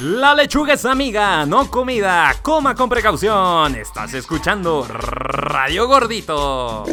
La lechuga es amiga, no comida. Coma con precaución. Estás escuchando Radio Gordito.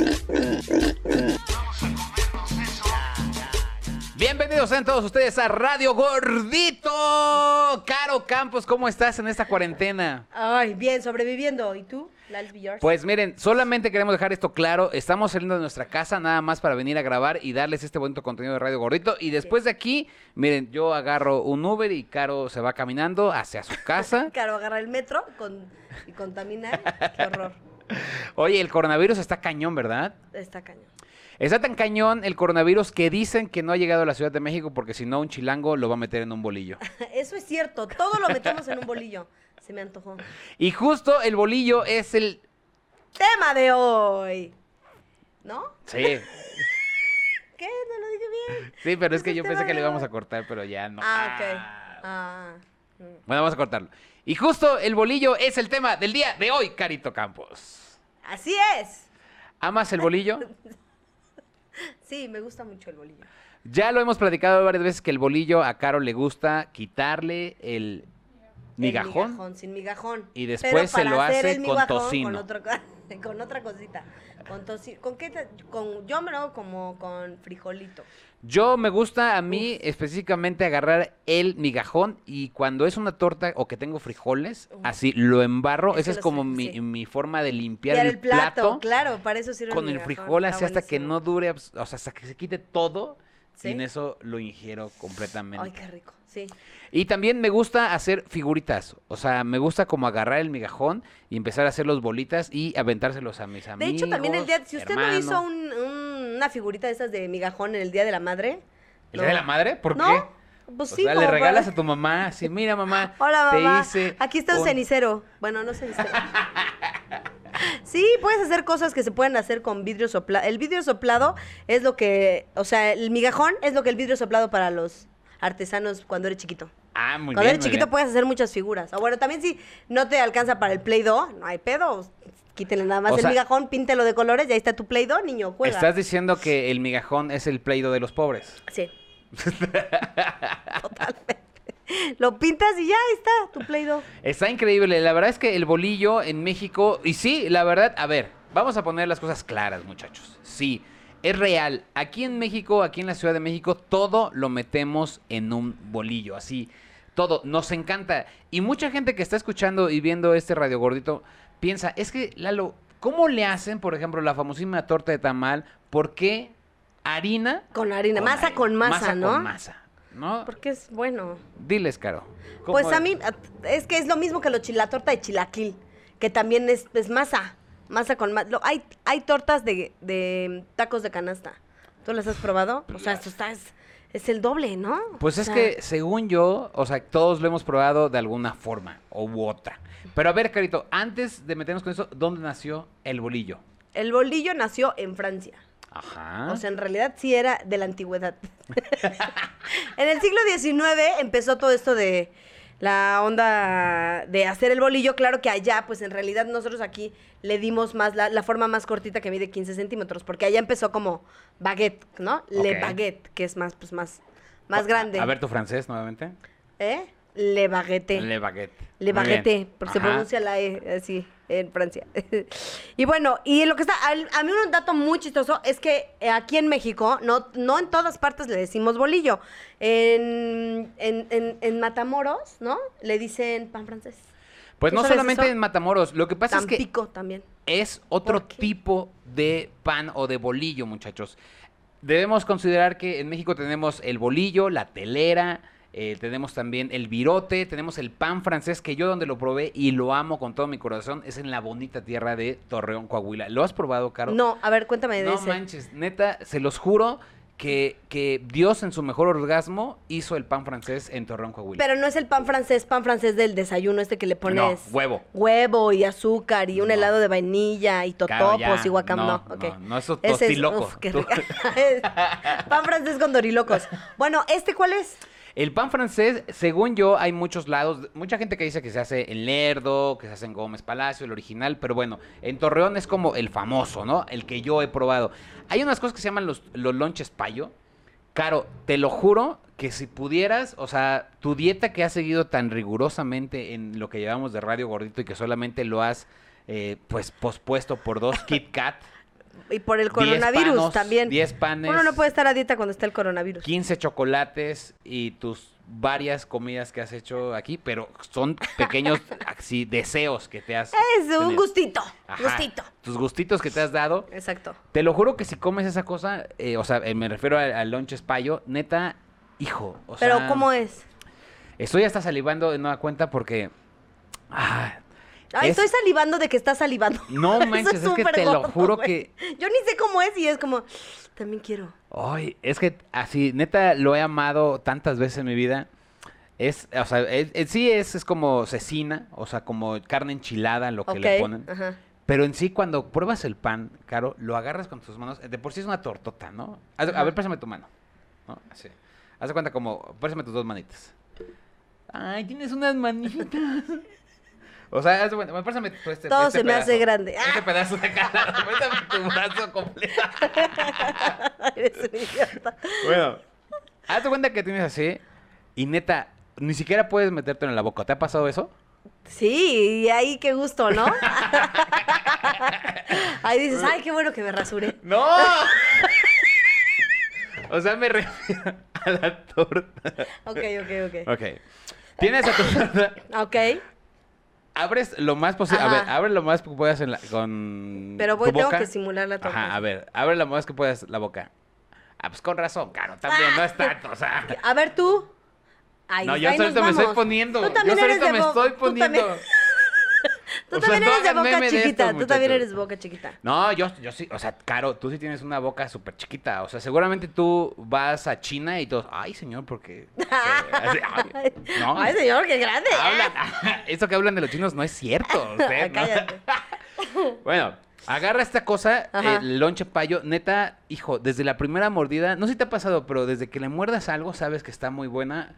Bienvenidos sean todos ustedes a Radio Gordito. Caro Campos, ¿cómo estás en esta cuarentena? Ay, bien, sobreviviendo. ¿Y tú, Lals Villars? Pues miren, solamente queremos dejar esto claro. Estamos saliendo de nuestra casa nada más para venir a grabar y darles este bonito contenido de Radio Gordito. Y después de aquí, miren, yo agarro un Uber y Caro se va caminando hacia su casa. Ah, Claro, agarra el metro con- y contamina. Qué horror. Oye, el coronavirus está cañón, ¿verdad? Está cañón. Está tan cañón el coronavirus que dicen que no ha llegado a la Ciudad de México porque si no, un chilango lo va a meter en un bolillo. Eso es cierto. Todo lo metemos en un bolillo. Se me antojó. Y justo el bolillo es el... Tema de hoy. ¿No? Sí, ¿Qué? No lo dije bien. sí, pero es Es que el yo tema pensé que de lo íbamos hoy. a cortar, pero ya no. Ah, ok. Ah. Bueno, vamos a cortarlo. Y justo el bolillo es el tema del día de hoy, Carito Campos. Así es. ¿Amas el bolillo? Sí, me gusta mucho el bolillo. Ya lo hemos platicado varias veces que el bolillo a Caro le gusta quitarle el El migajón. migajón, sin migajón. Y Pero después se para lo hacer hace el con migajón, Con, tocino. otro co- con otra cosita. Con tocino. ¿Con qué? te- con, yo me lo hago como con frijolito. Yo me gusta a mí específicamente agarrar el migajón y cuando es una torta o que tengo frijoles, Uf. así lo embarro. Es que Esa es los como fri- mi, sí. mi forma de limpiar Para el, plato. claro, para eso sirve con el migajón, frijol está así hasta que no buenísimo. dure, abs- o sea, hasta que se quite todo ¿Sí? y en eso lo ingiero completamente. Ay, qué rico, sí. Y también me gusta hacer figuritas, o sea, me gusta como agarrar el migajón y empezar a hacer los bolitas y aventárselos a mis De amigos. hecho, también el día, si usted no hizo hermanos. un- un- una figurita de esas de migajón en el Día de la Madre. ¿El día de la no. madre? ¿Por ¿No? qué? Pues o sí, sea, le como para- regalas a tu mamá, así, mira mamá, Hola, te mamá. hice Aquí está un, un- cenicero. Bueno, no cenicero. sí, puedes hacer cosas que se pueden hacer con vidrio soplado. El vidrio soplado es lo que, o sea, el migajón es lo que el vidrio soplado para los artesanos cuando eres chiquito. Ah, muy cuando bien, eres muy chiquito bien. puedes hacer muchas figuras. O bueno, también si no te alcanza para el Play-Doh, no hay pedo. Quítele nada más O el sea- migajón, píntelo de colores y ahí está tu Play-Doh, niño, juega. Estás diciendo que el migajón es el pleido de los pobres. Sí. Totalmente. Lo pintas y ya está tu Play-Doh. Está increíble. La verdad es que el bolillo en México, y sí, la verdad, a ver, vamos a poner las cosas claras, muchachos. Sí, es real. Aquí en México, aquí en la Ciudad de México, todo lo metemos en un bolillo, así. Todo, nos encanta. Y mucha gente que está escuchando y viendo este Radio Gordito piensa, es que, Lalo, ¿cómo le hacen, por ejemplo, la famosísima torta de tamal? ¿Por qué harina? Con harina, masa harina, con masa, ¿no? con masa, ¿no? Porque es bueno. Diles, Caro. ¿cómo Pues a es? mí, a- es que es lo mismo que lo, chi- la torta de chilaquil, que también es, es masa. Masa con masa. Hay, hay tortas de, de tacos de canasta. ¿Tú las has probado? O sea, esto está, es, es el doble, ¿no? Pues O es sea, que, según yo, o sea, todos lo hemos probado de alguna forma o u otra. Pero a ver, Carito, antes de meternos con eso, ¿dónde nació el bolillo? El bolillo nació en Francia. Ajá. O sea, en realidad sí era de la antigüedad. en el siglo XIX empezó todo esto de la onda de hacer el bolillo. Claro que allá, pues en realidad nosotros aquí le dimos más la, la forma más cortita que mide 15 centímetros, porque allá empezó como baguette, ¿no? Le Ok. baguette, que es más, pues más, más grande. A ver tu francés nuevamente. ¿Eh? Le baguette. Le baguette. Le Muy baguette, bien. porque se Ajá. pronuncia la E así en Francia. y bueno, y lo que está, al- a mí un dato muy chistoso es que eh, aquí en México, no, no en todas partes le decimos bolillo. En, en, en- en Matamoros, ¿no? Le dicen pan francés. Pues ¿Tú no sabes solamente eso? en Matamoros, lo que pasa es que Tampico también. es otro ¿Por qué? tipo de pan o de bolillo, muchachos. Debemos considerar que en México tenemos el bolillo, la telera, eh, tenemos también el virote, tenemos el pan francés, que yo donde lo probé y lo amo con todo mi corazón, es en la bonita tierra de Torreón, Coahuila. ¿Lo has probado, Caro? No, a ver, cuéntame de No ese. manches, neta, se los juro que, que Dios en su mejor orgasmo hizo el pan francés en Torreón, Coahuila. Pero no es el pan francés, pan francés del desayuno este que le pones. No, huevo. Huevo y azúcar y un No. helado de vainilla y totopos Claro, ya, y guacam. no, No, ok. no, no, eso Ese tostiloco. uf, qué Tú- rica. pan francés con dorilocos. Bueno, ¿este cuál es? El pan francés, según yo, hay muchos lados. Mucha gente que dice que se hace en Lerdo, que se hace en Gómez Palacio, el original, pero bueno, en Torreón es como el famoso, ¿no? El que yo he probado. Hay unas cosas que se llaman los, los lonches payo, Caro, te lo juro que si pudieras, o sea, tu dieta que has seguido tan rigurosamente en lo que llevamos de Radio Gordito y que solamente lo has, eh, pues, pospuesto por dos Kit Kat, Y por el 10 coronavirus panos, también. 10 panes. Uno no puede estar a dieta cuando está el coronavirus. 15 chocolates y tus varias comidas que has hecho aquí, pero son pequeños así, deseos que te has... Es un tenido. gustito. Ajá, Gustito. Tus gustitos que te has dado. Exacto. Te lo juro que si comes esa cosa, eh, o sea, eh, me refiero al, al lonche espayo, neta, hijo. o Pero sea, ¿cómo es? Estoy hasta salivando de nueva cuenta porque... ah, Ay, es- estoy salivando de que estás salivando. No Eso manches, es que súper te lo gordo, juro güey. que- Yo ni sé cómo es y es como, también quiero. Ay, es que así, neta, lo he amado tantas veces en mi vida. Es, o sea, es- en sí es, es como cecina, o sea, como carne enchilada lo que ok. le ponen. Ajá. Pero en sí, cuando pruebas el pan, Caro, lo agarras con tus manos. De por sí es una tortota, ¿no? Haz- A, ver, préstame tu mano. ¿no? Así. Haz de cuenta como, préstame tus dos manitas. Ay, tienes unas manitas. O sea, haz de cuenta, préstame tu- este, Todo este se me hace pedazo. grande. Este pedazo de cara, préstame tu brazo completo. Eres un idiota. Bueno. Hazte cuenta que tienes así y neta, ni siquiera puedes metértelo en la boca. ¿Te ha pasado eso? Sí, y ahí qué gusto, ¿no? ahí dices, ay, qué bueno que me rasuré. ¡No! o sea, me refiero a la torta. Ok, ok, ok. Ok. Tienes a tu torta, Ok, abres lo más posible. A Ajá. ver, abre lo más que puedas en la, con. pero voy, tu tengo boca. que simular la torta. Ajá, a ver, abre lo más que puedas la boca. Ah, pues con razón, caro, también, no es tanto, o sea. A ver tú. Ah. Ay, pues No, yo ahí nos ahorita me estoy vamos. poniendo. Tú Yo también eres ahorita de me bo- estoy tú también- poniendo. Tú O sea, también no eres de hagan boca meme de esto, chiquita. tú también muchachos. eres boca chiquita. No, yo, yo sí, o sea, Caro, tú sí tienes una boca súper chiquita. O sea, seguramente tú vas a China y todos, ay, señor, porque... no, Ay, señor, qué grande. ¿eh? hablan- eso que hablan de los chinos no es cierto. Ah, usted, ¿no? cállate. Bueno, agarra esta cosa, Ajá. el lonche payo. Neta, hijo, desde la primera mordida, no sé si te ha pasado, pero desde que le muerdas algo, sabes que está muy buena.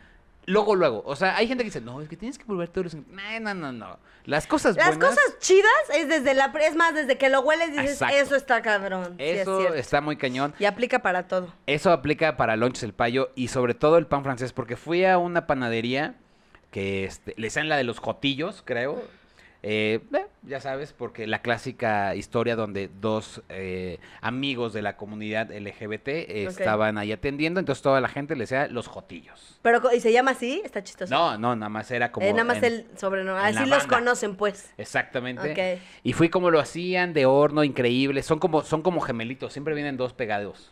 Luego, luego. O sea, hay gente que dice, no, es que tienes que volver todos los... No, no, no, no. Las cosas Las buenas... cosas chidas es desde la pre- es más desde que lo hueles dices Exacto. eso está cabrón. Sí, es Eso cierto. está muy cañón. Y aplica para todo. Eso aplica para lonches el payo y sobre todo el pan francés, porque fui a una panadería que este, le hacen la de los jotillos, creo. Eh, eh, ya sabes, porque la clásica historia donde dos eh, amigos de la comunidad LGBT eh, Ok. estaban ahí atendiendo, entonces toda la gente le decía los jotillos. Pero co- y se llama así, está chistoso. No, no, nada más era como... Eh, nada más en- el sobrenombre, en la así los banda. conocen pues. Exactamente. Ok. Y fui como lo hacían, de horno, increíble. Son como, son como gemelitos, siempre vienen dos pegados.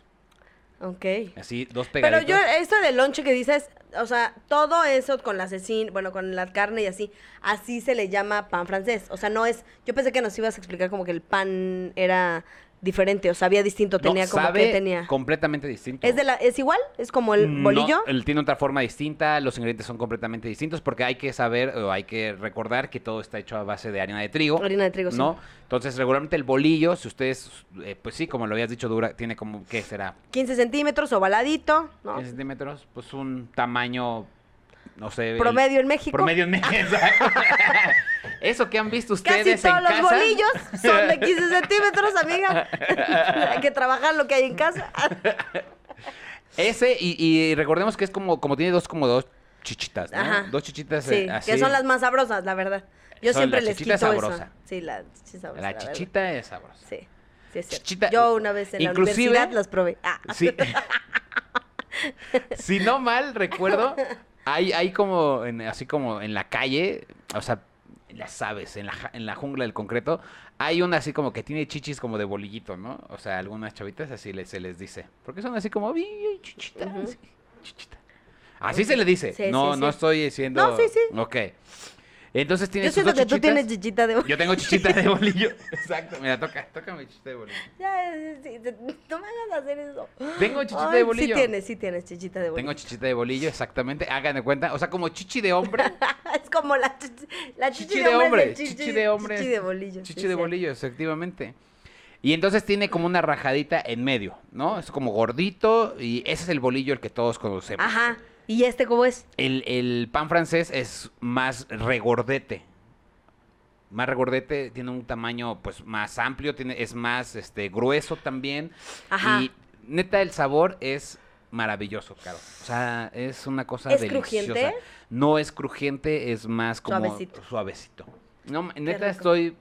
Ok. Así, dos Pero pegaditos. yo esto del lonche que dices, o sea, todo eso con la cecina, bueno, con la carne y así, así se le llama pan francés. O sea, no es yo pensé que nos ibas a explicar como que el pan era diferente, o sabía distinto, No, tenía como sabe que tenía. completamente distinto. Es de la es igual, es como el No, eh, bolillo. él tiene otra forma distinta, los ingredientes son completamente distintos porque hay que saber o hay que recordar que todo está hecho a base de harina de trigo. Harina de trigo, sí. ¿no? Entonces, regularmente el bolillo, si ustedes, eh, pues sí, como lo habías dicho, dura, tiene como, ¿qué será? 15 centímetros, ovaladito, ¿no? 10 centímetros, pues un tamaño, no sé. el- Promedio en México. Promedio en México, exacto. Eso que han visto ustedes Casi todos en los casa. bolillos son de 15 centímetros, amiga. hay que trabajar lo que hay en casa. Ese, y, y recordemos que es como, como tiene dos, como dos chichitas, ¿no? Ajá. Dos chichitas eh, Sí, así. que son las más sabrosas, la verdad. Yo Son siempre la les chichita quito eso. sabrosa. Sí, la chichita sabrosa. La verdad. chichita es sabrosa. Sí, sí es cierto. Chichita- Yo una vez en Inclusive- la universidad las probé. Ah, Sí. si no mal recuerdo, hay, hay como, en- así como en la calle, o sea, las sabes, en la, ja- en la jungla del concreto, hay una así como que tiene chichis como de bolillito, ¿no? O sea, algunas chavitas así le- se les dice. Porque son así como, "Ay, ay, chichita, Ujú. sí, chichita. Así se le dice. Sí, no, sí, no sí. estoy diciendo. No, sí, sí. Ok. Entonces tienes sus yo siento dos que tú chichitas. tienes chichita de Yo tengo chichita de bolillo. Exacto. Mira, toca, toca mi chichita de bolillo. Ya, sí, sí, no me hagas hacer eso. Tengo chichita Ay, de bolillo. Sí tienes, sí tienes chichita de bolillo. Tengo chichita de bolillo, exactamente. Hagan de cuenta. O sea, como chichi de hombre. es como la chichi, la chichi, chichi de hombre, hombre, es el chichi de hombre. chichi de bolillo. Chichi sí, de sí. bolillo, efectivamente. Y entonces tiene como una rajadita en medio, ¿no? Es como gordito y ese es el bolillo el que todos conocemos. Ajá. ¿Y este cómo es? El, el pan francés es más regordete. Más regordete, tiene un tamaño pues más amplio, tiene, es más este, grueso también. Ajá. Y neta, el sabor es maravilloso, claro. O sea, es una cosa ¿Es deliciosa. crujiente? No es crujiente, es más como Suavecito. suavecito. No, ma- neta rico. estoy,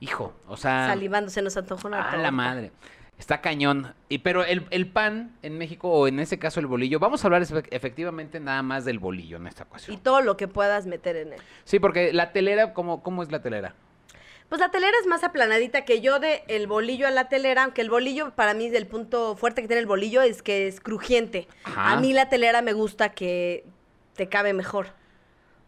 hijo, o sea, Salivando, se nos antoja una a Ah. la torta. madre. Está cañón. Y, pero el, el pan en México, o en ese caso el bolillo, vamos a hablar espe- efectivamente nada más del bolillo en esta Y ocasión. todo lo que puedas meter en él. Sí, porque la telera, ¿cómo, cómo es la telera? Pues la telera es más aplanadita que yo de el bolillo a la telera, aunque el bolillo para mí el punto fuerte que tiene el bolillo es que es crujiente. Ajá. A mí la telera me gusta que te cabe mejor.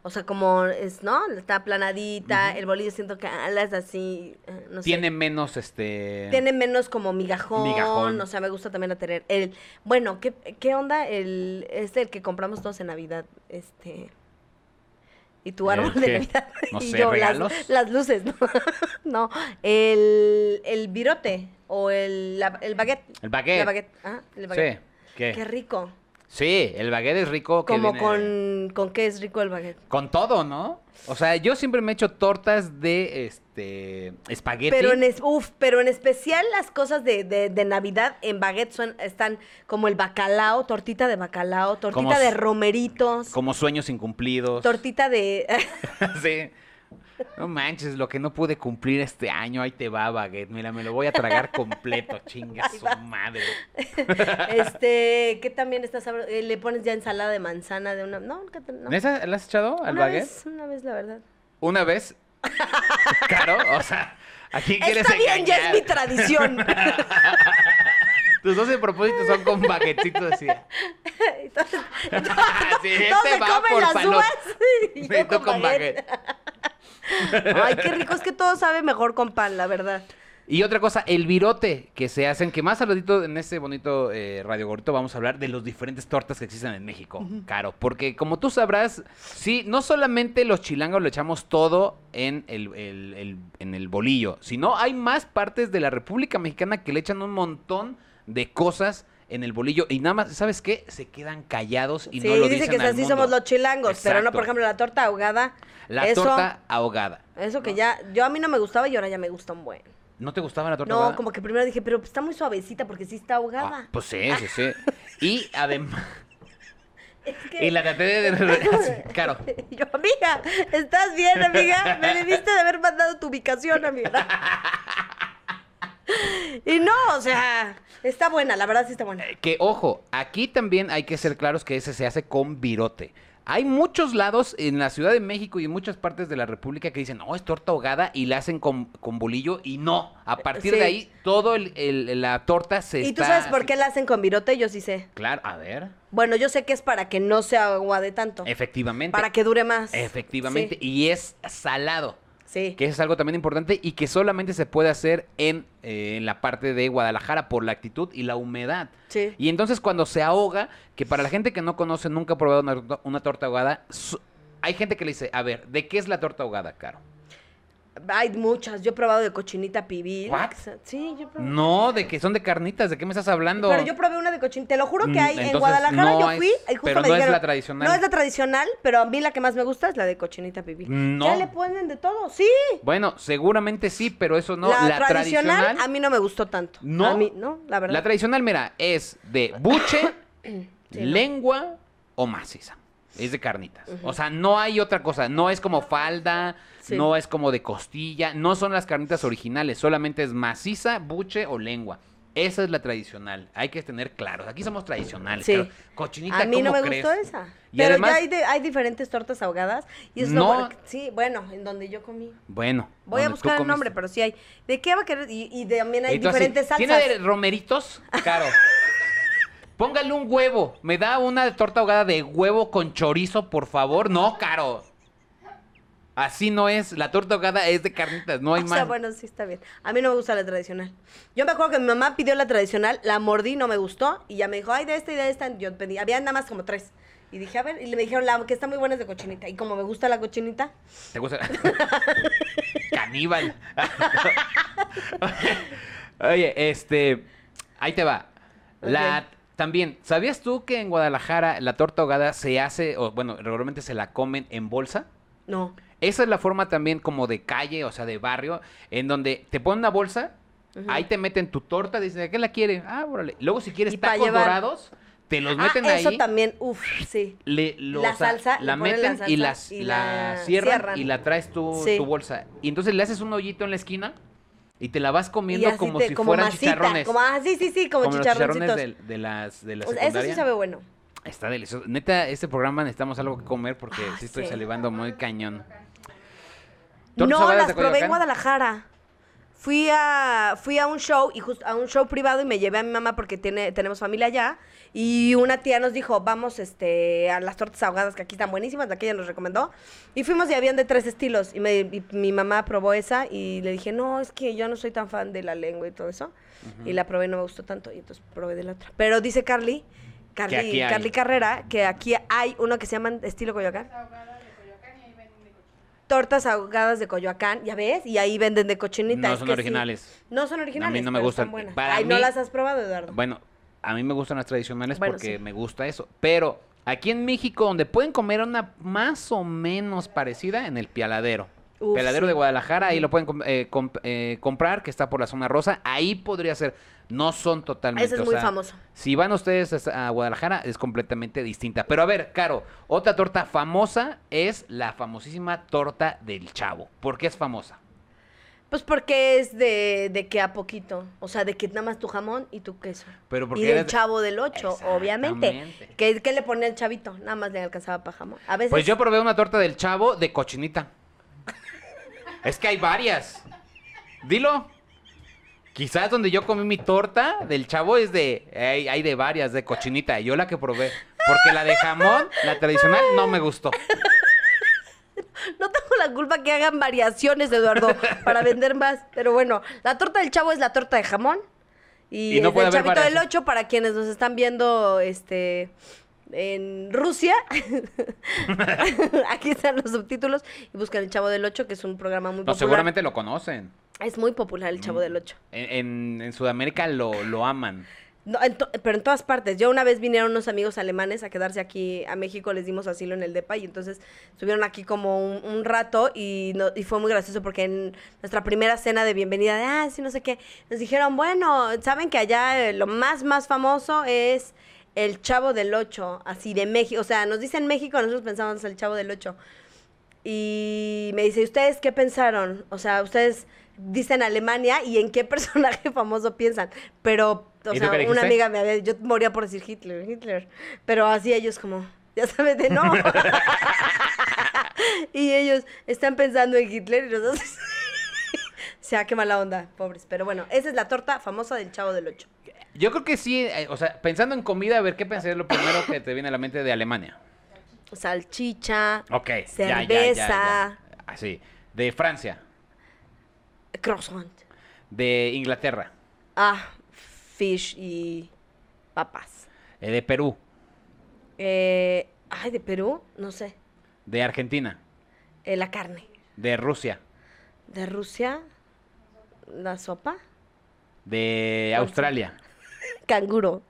O sea, como es, ¿no? Está aplanadita, el bolillo siento que ah, la es así, eh, no sé. Tiene menos este... Tiene menos como migajón, Migajón. o sea, me gusta también la telera. El, bueno, ¿qué, qué onda el, este el que compramos todos en Navidad? Este... Y tu ¿El árbol qué? de Navidad. No y sé, yo, ¿regalos? las, las luces, ¿no? no, el, el virote o el, la- el baguette. El baguette. La baguette. Ah, el baguette. Sí. ¿Qué? Qué rico. Sí, el baguette es rico. que Como viene- con, con qué es rico el baguette. Con todo, ¿no? O sea, yo siempre me echo tortas de este espagueti. Pero en, es- uf, pero en especial las cosas de, de- de Navidad en baguette son- están como el bacalao, tortita de bacalao, tortita Como de s- romeritos, Como sueños incumplidos. tortita de... sí. No manches, lo que no pude cumplir este año, ahí te va, baguette. Mira, me lo voy a tragar completo, chinga su madre. este, que también está sabro- eh, le pones ya ensalada de manzana de una... No, que te- no. ¿Esa la has echado al una baguette? vez, una vez, la verdad. Una vez. Claro, o sea, ¿a quién quieres Está bien, ya es engañar? mi tradición. Tus 12 propósitos son con baguetitos así. Entonces, Sí, todos este se va comen por las palo- uvas y yo Y tú con baguette. Ay, qué rico, es que todo sabe mejor con pan, la verdad. Y otra cosa, el virote que se hacen, que más saludito en este bonito eh, Radio Gorrito vamos a hablar de los diferentes tortas que existen en México, Caro. Porque como tú sabrás, sí, no solamente los chilangos lo echamos todo en el, el- el- en el bolillo, sino hay más partes de la República Mexicana que le echan un montón de cosas en el bolillo y nada más, ¿sabes qué? Se quedan callados y sí, no lo dicen dicen que al así mundo. somos los chilangos, pero no, Exacto. por ejemplo, la torta ahogada. La eso, torta ahogada. Eso que ya, yo a mí no me gustaba y ahora ya me gusta un buen. ¿No te gustaba la torta No, ahogada? como que primero dije, pero está muy suavecita porque sí está ahogada. Ah, pues sí, sí, sí. Y además... Es que- Y la traté de... de- Claro. Yo, amiga, ¿estás bien, amiga? Me debiste de haber mandado tu ubicación, amiga. Y no, o sea, está buena, la verdad sí está buena. Que ojo, aquí también hay que ser claros que ese se hace con virote. Hay muchos lados en la Ciudad de México y en muchas partes de la República que dicen, oh, es torta ahogada y la hacen con, con bolillo y no. A partir Sí. de ahí, todo el, el- la torta se ¿Y tú está sabes por así. qué la hacen con virote? Yo sí sé. Claro, a ver. Bueno, yo sé que es para que no se aguade tanto. Efectivamente. Para que dure más. Efectivamente. Sí. Y es salado. sí. que es algo también importante y que solamente se puede hacer en, eh, en la parte de Guadalajara por la actitud y la humedad. Sí. Y entonces cuando se ahoga, que para la gente que no conoce, nunca ha probado una, torta- una torta ahogada, su- hay gente que le dice, a ver, ¿de qué es la torta ahogada, Caro? Hay muchas. Yo he probado de cochinita pibil. ¿What? Sí, yo he probado. No, de que son de carnitas, ¿de qué me estás hablando? Pero yo probé una de cochín. Te lo juro Mm, que hay en entonces, Guadalajara. no yo es- fui y justo pero me no es dijeron, la tradicional. No es la tradicional, pero a mí la que más me gusta es la de cochinita pibil. No. Ya le ponen de todo, sí. Bueno, seguramente sí, pero eso no, la, la, tradicional, tradicional... a mí no me gustó tanto. ¿No? A mí, no, la verdad. La tradicional, mira, es de buche, no. lengua o maciza. Es de carnitas. O sea, no hay otra cosa. No es como falda, Sí. no es como de costilla. No son las carnitas originales. Solamente es maciza, buche o lengua. Esa es la tradicional. Hay que tener claros. Aquí somos tradicionales. Sí. pero Cochinita, a mí no ¿cómo me crees? gustó esa. Y pero además- ya hay, de- hay diferentes tortas ahogadas. Y es lo No. bueno que- Sí, bueno, en donde yo comí. Bueno. Voy a donde tú buscar el nombre, comiste. pero sí hay. ¿De qué va a querer? Y, y también hay Y tú así, diferentes salsas. ¿Tiene de romeritos? Claro. Póngale un huevo. ¿Me da una torta ahogada de huevo con chorizo, por favor? No, caro. Así no es. La torta ahogada es de carnitas, no hay Ah, o más. sea, bueno, sí está bien. A mí no me gusta la tradicional. Yo me acuerdo que mi mamá pidió la tradicional, la mordí, no me gustó, y ya me dijo, ay, de esta y de esta, yo pedí, había nada más como tres. Y dije, a ver, y le me dijeron, la que está muy buena es de cochinita. Y como me gusta la cochinita, ¿Te gusta? Caníbal. Oye, este. Ahí te va. La. También, ¿sabías tú que en Guadalajara la torta ahogada se hace, o bueno, regularmente se la comen en bolsa? no. Esa es la forma también como de calle, o sea, de barrio, en donde te ponen una bolsa, ahí te meten tu torta, dicen, ¿a qué la quiere? Ah, órale. Luego si quieres Y pa' tacos llevar. dorados, te los Ah, meten ahí. eso también, uff, sí. le- los La a- salsa, la le ponen meten la y, salsa las, y la, la cierran, cierran. y la traes tu, Sí. tu bolsa. Y entonces le haces un hoyito en la esquina y te la vas Y comiendo así como te- si fueran masita, chicharrones. Como, ah, sí, sí, sí, como, como los chicharroncitos. chicharrones de, de las de la O sea, eso sí secundaria. sabe bueno. Está delicioso. Neta, este programa necesitamos algo que comer porque Ah, sí estoy sí. salivando muy cañón. ¿Tortas No, ahogadas las de probé en Coyoacán? Guadalajara. Fui a, fui a un show y justo a un show privado y me llevé a mi mamá porque tiene, tenemos familia allá. Y una tía nos dijo, vamos este, a las tortas ahogadas que aquí están buenísimas, la que ella nos recomendó. Y fuimos y habían de tres estilos. Y, me- y mi mamá probó esa y le dije, no, es que yo no soy tan fan de la lengua y todo eso. Y la probé y no me gustó tanto. Y entonces probé de la otra. Pero dice Carly, aquí Carly, hay. Carly Carrera, que aquí hay uno que se llama estilo Coyoacán. Tortas ahogadas de Coyoacán, ya ves, y ahí venden de cochinita. No es son que sí. originales. No son originales. A mí no me pero gustan. están buenas. Para Ay, no mí- las has probado, Eduardo. Bueno, a mí me gustan las tradicionales Bueno, porque sí. me gusta eso. Pero aquí en México, donde pueden comer una más o menos parecida, en el Pialadero. Uf, Pialadero sí. de Guadalajara, ahí lo pueden com- eh, comp- eh, comprar, que está por la zona rosa. Ahí podría ser. No son totalmente. Ese es o muy sea, famoso. Si van ustedes hasta- a Guadalajara, es completamente distinta. Pero a ver, Caro, otra torta famosa es la famosísima torta del chavo. ¿Por qué es famosa? Pues porque es de, de que a poquito. O sea, de que nada más tu jamón y tu queso. Pero porque y del eres- chavo del 8, obviamente. Exactamente. ¿Qué, qué le ponía el chavito? Nada más le alcanzaba para jamón. A veces. Pues yo probé una torta del chavo de cochinita. es que hay varias. Dilo. Quizás donde yo comí mi torta del chavo es de. Hay, hay de varias, de cochinita. Yo la que probé. Porque la de jamón, la tradicional, no me gustó. No tengo la culpa que hagan variaciones, Eduardo, para vender más. Pero bueno, la torta del chavo es la torta de jamón. Y, Y no es puede del haber chavito del variación. 8 para quienes nos están viendo este en Rusia. Aquí están los subtítulos. Y buscan el chavo del 8, que es un programa muy No, popular. seguramente Mm. lo conocen. Es muy popular el chavo del 8. En, en- en Sudamérica lo, lo aman. No, en to- pero en todas partes. Yo una vez vinieron unos amigos alemanes a quedarse aquí a México, les dimos asilo en el DEPA y entonces estuvieron aquí como un, un rato y, no- y fue muy gracioso porque en nuestra primera cena de bienvenida de, ah, sí, no sé qué, nos dijeron, bueno, saben que allá eh, lo más, más famoso es el Chavo del Ocho, así de México. O sea, nos dicen México, nosotros pensamos el Chavo del Ocho. Y me dice, ¿y ¿ustedes qué pensaron? O sea, ustedes dicen Alemania y en qué personaje famoso piensan. Pero, o ¿Y tú sea, qué una dijiste? amiga me había, yo moría por decir Hitler, Hitler. Pero así ellos como, ya sabes, de no. y ellos están pensando en Hitler y nosotros... o sea, qué mala onda, pobres. Pero bueno, esa es la torta famosa del Chavo del Ocho. Yo creo que sí, eh, o sea, pensando en comida, a ver qué pensé lo primero que te viene a la mente de Alemania. Salchicha, Ok, ya, ya, ya, cerveza, ya. Así. De Francia, croissant, de Inglaterra, ah, fish y papas. eh, de Perú, Eh, ay, de Perú, no sé. de Argentina, Eh, la carne. de Rusia, De Rusia, la sopa. de Australia, Canguro.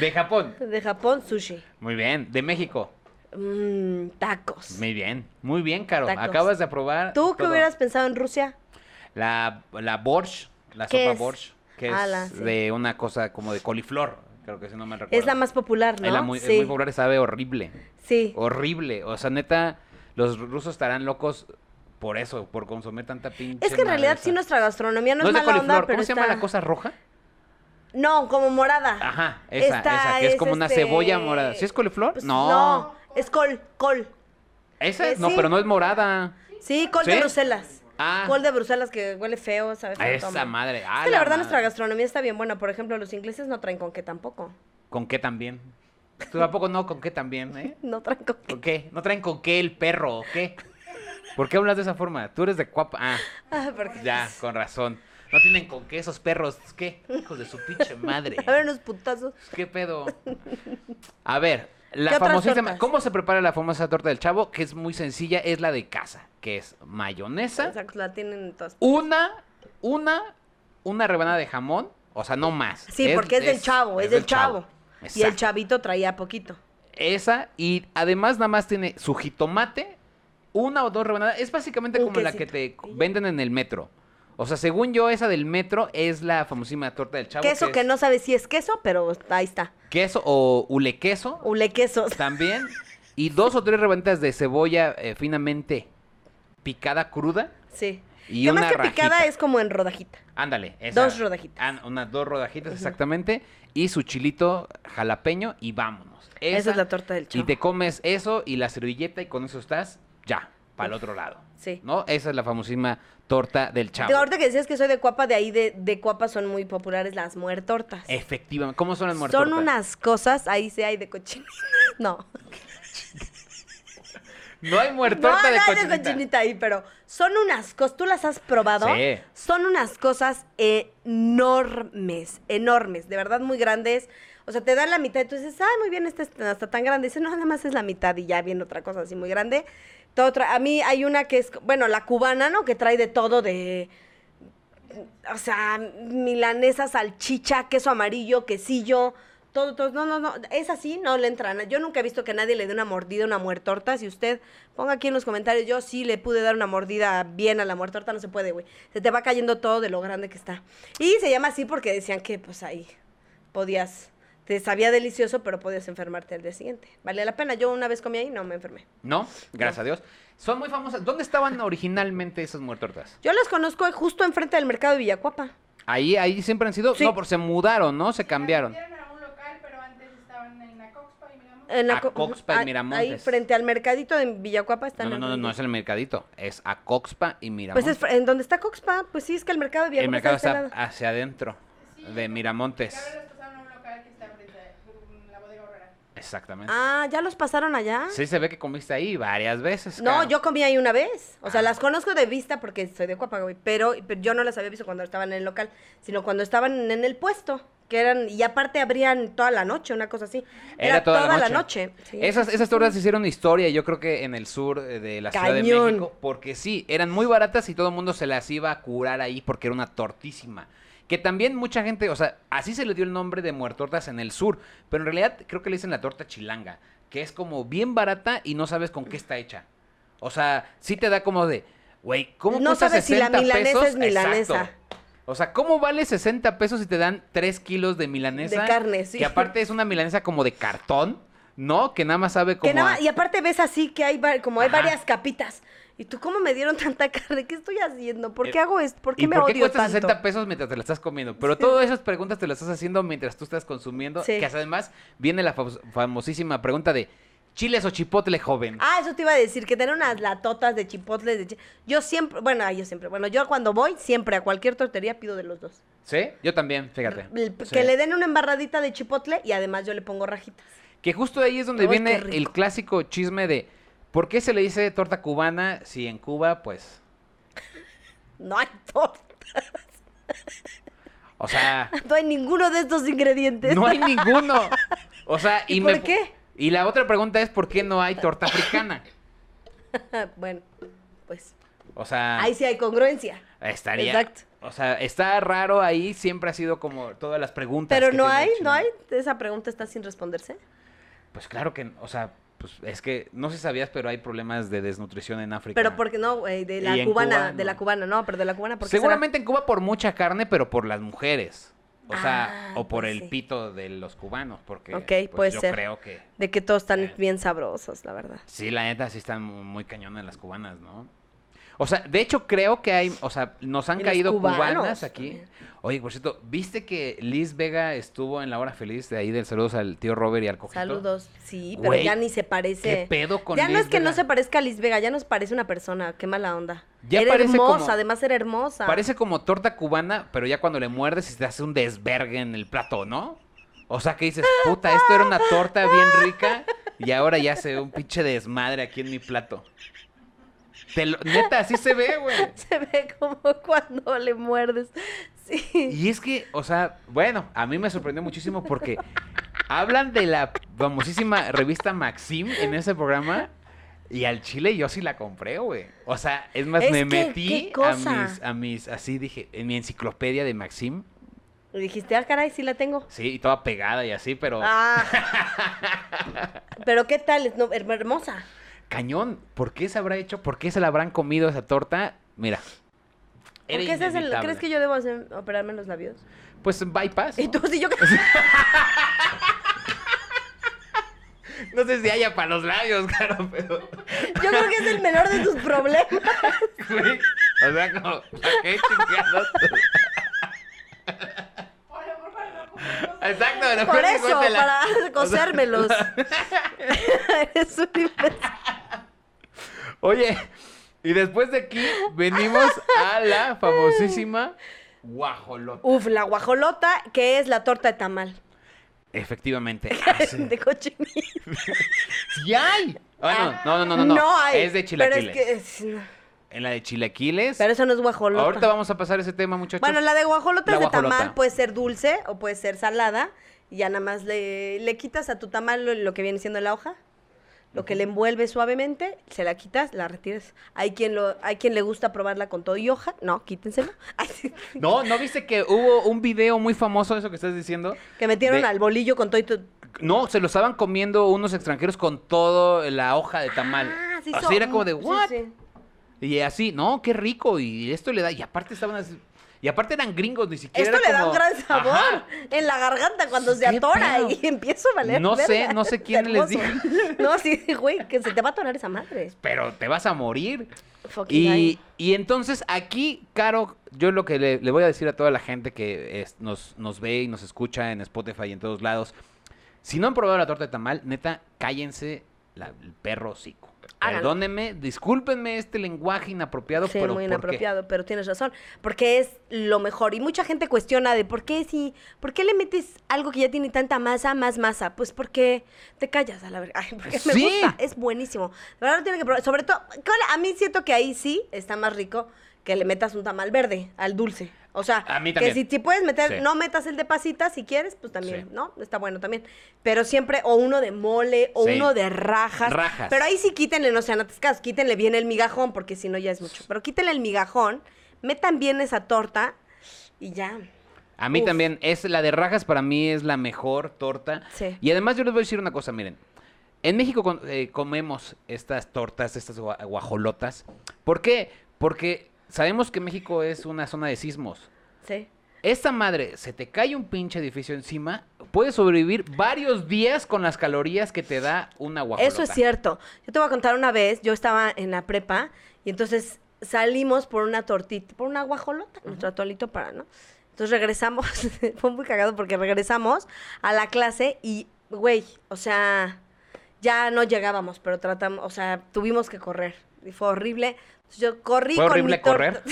de Japón. De Japón, sushi. Muy bien, de México. Mm, tacos. Muy bien, muy bien, Caro. Tacos. Acabas de aprobar. ¿Tú qué todo. hubieras pensado en Rusia? La, la borsch, la ¿Qué sopa es? borsch, que Ah, es la- sí. de una cosa como de coliflor, creo que si no me recuerdo. Es la más popular, ¿no? Es la muy, es sí. muy Oh, popular, sabe horrible. Sí. Horrible. O sea, neta, los rusos estarán locos por eso, por consumir tanta pinche. Es que en realidad maleza. sí nuestra gastronomía no, No es es de mala coliflor. onda, pero ¿Cómo se llama está- la cosa roja? No, como morada. Ajá, esa, Esta esa, que es, como una este- cebolla morada. ¿Sí es coliflor? Pues, no. No, es col, col. ¿Esa? Eh, no, sí. pero no es morada. Sí, col de ¿Sí? Bruselas. Ah. Col de Bruselas que huele feo, ¿sabes? A esa madre. Es a que la verdad madre. nuestra gastronomía está bien buena. Por ejemplo, los ingleses no traen con qué tampoco. ¿Con qué también? ¿Tú tampoco no? ¿Con qué también? eh? No traen con qué. ¿Con qué? ¿No traen con qué el perro o qué? ¿Por qué hablas de esa forma? Tú eres de cuapa. Ah, Ah, porque- ya, con razón. No tienen con qué esos perros. ¿Qué? Hijos de su pinche madre. A ver unos putazos. ¿Qué pedo? A ver, ¿Qué la otras famosísima. tortas? ¿Cómo se prepara la famosa torta del chavo? Que es muy sencilla, es la de casa, que es mayonesa, Exacto, la tienen en todas. una, una, una rebanada de jamón, o sea, no más. Sí, porque es del chavo, es, del chavo. Y el Exacto. chavito traía poquito. Esa, y además nada más tiene su jitomate, una o dos rebanadas. Es básicamente Un como la que quesito. te Y ya. venden en el metro. O sea, según yo, esa del metro es la famosísima torta del chavo. queso que es no sabe si es queso, pero ahí está. Queso o hule queso Ule queso. también. Y dos o tres reventas de cebolla eh, finamente picada cruda. Sí. Y que más una que rajita. picada es como en rodajita. Ándale. esa. Dos rodajitas. Ah, unas dos rodajitas, exactamente. Y su chilito jalapeño y vámonos. Esa, es la torta del Y chavo. te comes eso y la servilleta y con eso estás ya, para el Uf, otro lado. sí. ¿No? Esa es la famosísima torta del chavo. Digo, ahorita que decías que soy de Cuapa, de ahí de, de Cuapa son muy populares las muertortas. Efectivamente. ¿Cómo son las muertas? Son unas cosas, ahí sí hay de cochinita. No, No hay no, muertorta de no hay cochinita. de cochinita ahí, pero son unas cosas, ¿tú las has probado? Sí. Son unas cosas enormes, enormes, de verdad muy grandes. O sea, te dan la mitad y tú dices, ah, muy bien, esta está hasta tan grande. Dice, no, nada más es la mitad y ya viene otra cosa así muy grande. Todo tra- a mí hay una que es, bueno, la cubana, ¿no? Que trae de todo, de... o sea, milanesa, salchicha, queso amarillo, quesillo, todo, todo. No, no, no, es así, no le entran. Yo nunca he visto que nadie le dé una mordida a una muertorta. Si usted ponga aquí en los comentarios, yo sí le pude dar una mordida bien a la muertorta, no se puede, güey. Se te va cayendo todo de lo grande que está. Y se llama así porque decían que, pues ahí, podías. Te sabía delicioso, pero podías enfermarte al día siguiente. Vale la pena. Yo una vez comí ahí y no me enfermé. No, gracias a Dios. Son muy famosas. ¿Dónde estaban originalmente esas muertortas? Yo las conozco justo enfrente del mercado de Villacuapa. Ahí, ahí siempre han sido. Sí. No, porque se mudaron, ¿no? Se cambiaron. Metieron a un local, pero antes estaban en la Coxpa y miramos. En A co- Coxpa y ahí- Miramontes. Ahí frente al mercadito de Villacuapa está. No, no, no, no, no es el mercadito. Es a Coxpa y Miramontes. Pues es fr- en donde está Coxpa, pues sí, es que el mercado de Villacuapa el mercado está de está este lado. hacia adentro de Cada Miramontes. vez los pasaron a un local que está frente a mm, la bodega horrera. Exactamente. Ah, ¿ya los pasaron allá? Sí, se ve que comiste ahí varias veces. No, cara. yo comí ahí una vez. O sea, Ah. las conozco de vista porque soy de Cuapa, güey. Pero, pero yo no las había visto cuando estaban en el local, sino cuando estaban en el puesto. Que eran, y aparte abrían toda la noche, una cosa así. Era toda, la noche. noche. sí. Esas, esas tortas hicieron historia, yo creo que en el sur eh, de la Ciudad de Cañón. México. Porque sí, eran muy baratas y todo el mundo se las iba a curar ahí porque era una tortísima. Que también mucha gente, o sea, así se le dio el nombre de muertortas en el sur. Pero en realidad creo que le dicen la torta chilanga, que es como bien barata y no sabes con qué está hecha. O sea, sí te da como de, güey, ¿cómo No cuesta sabes si la 60 milanesa pesos? es milanesa. Exacto. O sea, ¿cómo vale 60 pesos si te dan 3 kilos de milanesa? De carne, sí. Que aparte es una milanesa como de cartón, ¿no? Que nada más sabe como. Que nada, a- y aparte ves así que hay va- como hay Ajá. varias capitas. ¿Y tú cómo me dieron tanta carne? ¿Qué estoy haciendo? ¿Por qué Eh, hago esto? ¿Por qué ¿Y me por qué odio cuesta tanto? 60 pesos mientras te la estás comiendo? Pero todas esas preguntas te las estás haciendo mientras tú estás consumiendo. Sí. Que además viene la famos- famosísima pregunta de: ¿chiles o chipotle, joven? Ah, eso te iba a decir, que tener unas latotas de chipotles de chi- Yo siempre, bueno, ay, yo siempre, bueno, yo cuando voy, siempre a cualquier tortería pido de los dos. ¿Sí? Yo también, fíjate. El- Sí. Que le den una embarradita de chipotle y además yo le pongo rajitas. Que justo ahí es donde Ay, qué viene rico. el clásico chisme de. ¿Por qué se le dice torta cubana si en Cuba, pues. No hay torta, O sea. no hay ninguno de estos ingredientes. No hay ninguno. O sea, y, ¿Y por me- qué? Y la otra pregunta es ¿por qué no hay torta africana? bueno, pues O sea, ahí sí hay congruencia. estaría. exacto. O sea, está raro ahí, siempre ha sido como todas las preguntas. Pero que no tiene el hay, no chino. hay, esa pregunta está sin responderse. Pues claro que, o sea, pues es que no sé si sabías, pero hay problemas de desnutrición en África. Pero porque no, güey, de Y la en cubana, Cuba, de no. la cubana, no, pero de la cubana porque Seguramente en Cuba por mucha carne, pero por las mujeres. O sea, Ah, o por pues el sí. pito de los cubanos, porque Ok, pues, puede yo ser. creo que de que todos están Eh. bien sabrosos, la verdad. Sí, la neta, sí están mu- muy cañonas las cubanas, ¿no? O sea, de hecho creo que hay, o sea, nos han Y los caído cubanas cubanos aquí. también. Oye, por cierto, ¿viste que Liz Vega estuvo en la hora feliz de ahí del saludos al tío Robert y al cojito? Saludos, sí, pero Güey, ya ni se parece. ¿Qué pedo con ya no Liz es que no Vega? se parezca a Liz Vega, ya nos parece una persona, qué mala onda. Ya era parece hermosa, como- además era hermosa. Parece como torta cubana, pero ya cuando le muerdes y te hace un desvergue en el plato, ¿no? O sea, que dices, puta, esto era una torta bien rica y ahora ya se ve un pinche desmadre aquí en mi plato. Te lo- neta, así se ve, güey. Se ve como cuando le muerdes. Sí. Y es que, o sea, bueno, a mí me sorprendió muchísimo porque hablan de la famosísima revista Maxim en ese programa y al chile yo sí la compré, güey. O sea, es más, Es me que, metí ¿qué a cosa? mis, a mis, así dije, en mi enciclopedia de Maxim, Y dijiste, ah, caray, sí la tengo. sí, y toda pegada y así, pero Ah. pero qué tal, es no- her- hermosa. cañón, ¿por qué se habrá hecho? ¿Por qué se la habrán comido esa torta? Mira, Era qué estás en- inevitable. crees que yo debo hacer- operarme los labios? Pues bypass. Y ¿no? tú, si yo... No sé si haya para los labios, claro, pero. Yo creo que es el menor de tus problemas. güey, O sea, como. ¿para qué chingados? O a lo mejor para no cubrirnos de- Exacto, la Por peor eso, encuéntela. para O sea, cosérmelos. Eres un imbécil. Oye, y después de aquí venimos a la famosísima guajolota. Uf, la guajolota, que es la torta de tamal. Efectivamente. ah, sí. De cochinilla. ¡Sí hay! Ah, no, no, no, no, no. hay, Es de chilaquiles. Pero, es que, es- no. En la de chilaquiles. Pero eso no es guajolota. Ahorita vamos a pasar ese tema, muchachos. Bueno, la de guajolota La es de guajolota. tamal, puede ser dulce o puede ser salada. Y ya nada más le, le quitas a tu tamal lo, lo que viene siendo la hoja, lo que le envuelve suavemente, se la quitas, la retiras. Hay quien, lo, hay quien le gusta probarla con todo y hoja. No, quítenselo. Ay, sí. No, ¿no viste que hubo un video muy famoso de eso que estás diciendo? que metieron De- al bolillo con todo y tu- No, se lo estaban comiendo unos extranjeros con toda la hoja de tamal. Ah, sí, así so- era como de, sí, ¿what? sí. Y así, no, qué rico. Y esto le da. Y aparte estaban así- Y aparte eran gringos, ni siquiera. Esto era le da como- un gran sabor Ajá. en la garganta cuando se ¿Qué atora pedo? y empieza a valer. No sé, verga. no sé quién les Hermoso. No, sí, güey, que se te va a atorar esa madre. Pero te vas a morir. Fucking Y, die. y entonces aquí, Caro, yo lo que le, le voy a decir a toda la gente que es- nos, nos ve y nos escucha en Spotify y en todos lados, si no han probado la torta de tamal, neta, cállense la- el perro hocico. Háganlo. Perdónenme, discúlpenme este lenguaje inapropiado, Sí, pero muy ¿por qué? inapropiado, pero tienes razón, porque es lo mejor. Y mucha gente cuestiona de por qué si, por qué le metes algo que ya tiene tanta masa, más masa. Pues porque te callas a la verga. Ay, porque me Sí. gusta, es buenísimo. De verdad lo tiene que probar. Sobre todo, ¿cuál? a mí siento que ahí sí está más rico que le metas un tamal verde al dulce. O sea, A mí que también. si, si puedes meter, Sí. no metas el de pasita si quieres, pues también, Sí. ¿no? Está bueno también. Pero siempre, o uno de mole, o Sí. uno de rajas. Rajas. Pero ahí sí quítenle, no sean atascados, quítenle bien el migajón, porque si no ya es mucho. Pero quítenle el migajón, metan bien esa torta y ya. A mí Uf. también es la de rajas para mí es la mejor torta. Sí. Y además yo les voy a decir una cosa, miren. En México con- eh, comemos estas tortas, estas gua- guajolotas. ¿Por qué? Porque sabemos que México es una zona de sismos. Sí. Esta madre, se te cae un pinche edificio encima, puedes sobrevivir varios días con las calorías que te da una guajolota. Eso es cierto. Yo te voy a contar una vez, yo estaba en la prepa y entonces salimos por una tortita, por una guajolota, nuestro atolito para, ¿no? Entonces regresamos, fue muy cagado porque regresamos a la clase y, güey, o sea, ya no llegábamos, pero tratamos, o sea, tuvimos que correr. Y fue horrible. Entonces, yo corrí ¿Fue con mi horrible torta- correr?